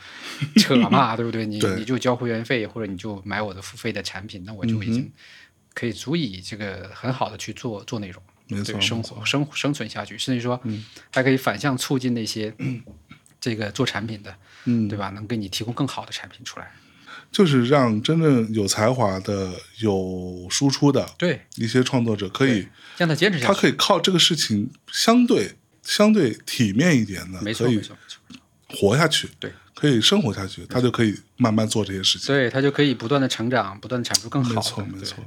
扯嘛，对不对？你
对
你就交会员费，或者你就买我的付费的产品，那我就已
嗯
经可以足以这个很好的去做做内容，
没错嗯
对，生活生生存下去，甚至说还可以反向促进那 些这个做产品的，
嗯
对吧？能给你提供更好的产品出来，
就是让真正有才华的、有输出的
对，
一些创作者，可以
让他坚持下
他
去，
可以靠这个事情相对相对体面一点的，
没错
啊可
没
以
错没错，
活下去，
对，
可以生活下去，他就可以慢慢做这些事情。
对他就可以不断的成长，不断的产出更好的，
没错，没
对
错，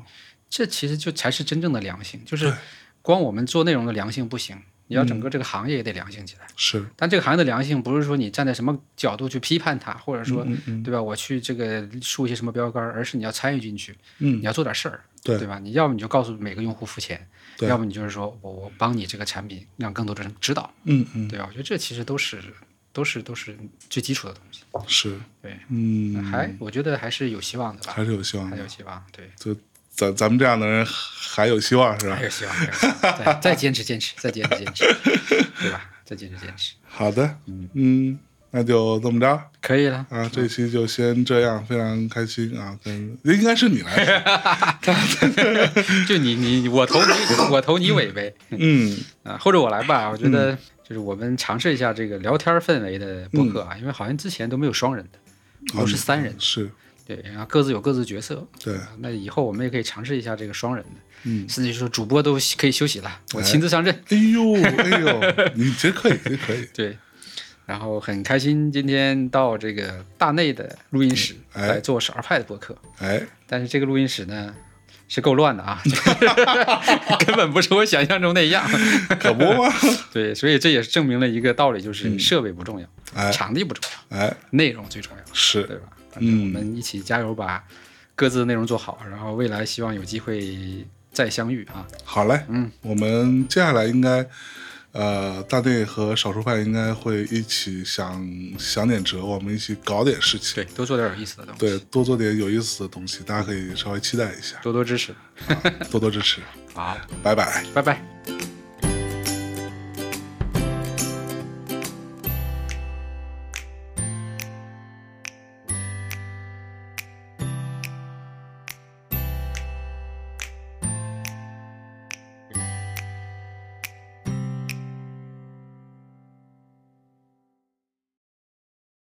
这其实就才是真正的良性，就是
对
光我们做内容的良性不行，你要整个这个行业也得良性起来。
是，
但这个行业的良性不是说你站在什么角度去批判它，或者说、
嗯嗯
对吧，我去这个竖一些什么标杆儿，而是你要参与进去，
嗯
你要做点事儿，
对
吧？你要么你就告诉每个用户付钱，
对
要么你就是说我我帮你这个产品让更多的人知道，
嗯嗯，
对吧？我觉得这其实都是都是都是最基础的东西，
是，
对，
嗯，
还我觉得还是有希望的吧，
还是有希望
还有
的。
希望，对。
就咱咱们这样的人还有希望是吧
还？有希望，还有希望，再再坚持坚持，再坚持坚持，对吧？再坚持坚持，
好的，嗯，那就这么着
可以了。
啊，这期就先这样，非常开心啊，跟应该是你来 说，
就你你我投你我投你尾呗，
嗯，
啊，或者我来吧。我觉得就是我们尝试一下这个聊天氛围的播客啊，因为好像之前都没有双人的，都是三人，
是
对，然后各自有各自角色。
嗯对，
啊那以后我们也可以尝试一下这个双人的，
嗯，
甚至说主播都可以休息了，我亲自上阵。
哎呦哎呦，你这可以，这可以，
对，然后很开心今天到这个大内的录音室
哎
来做少儿派的播客。
哎，
但是这个录音室呢是够乱的 啊，根本不是我想象中那样。
可不吗？
对，所以这也是证明了一个道理，就是设备不重要，
哎
场地不重要，
哎，
内容最重要，
是，
对吧？反正
嗯
我们一起加油，把各自的内容做好，然后未来希望有机会再相遇啊。
好嘞，
嗯，
我们接下来应该。呃，大内和少数派应该会一起想想点辙，我们一起搞点事情，
对，多做点有意思的东西，
对，多做点有意思的东西，大家可以稍微期待一下，
多多支持。
多多支持，
好，
拜拜。
拜拜。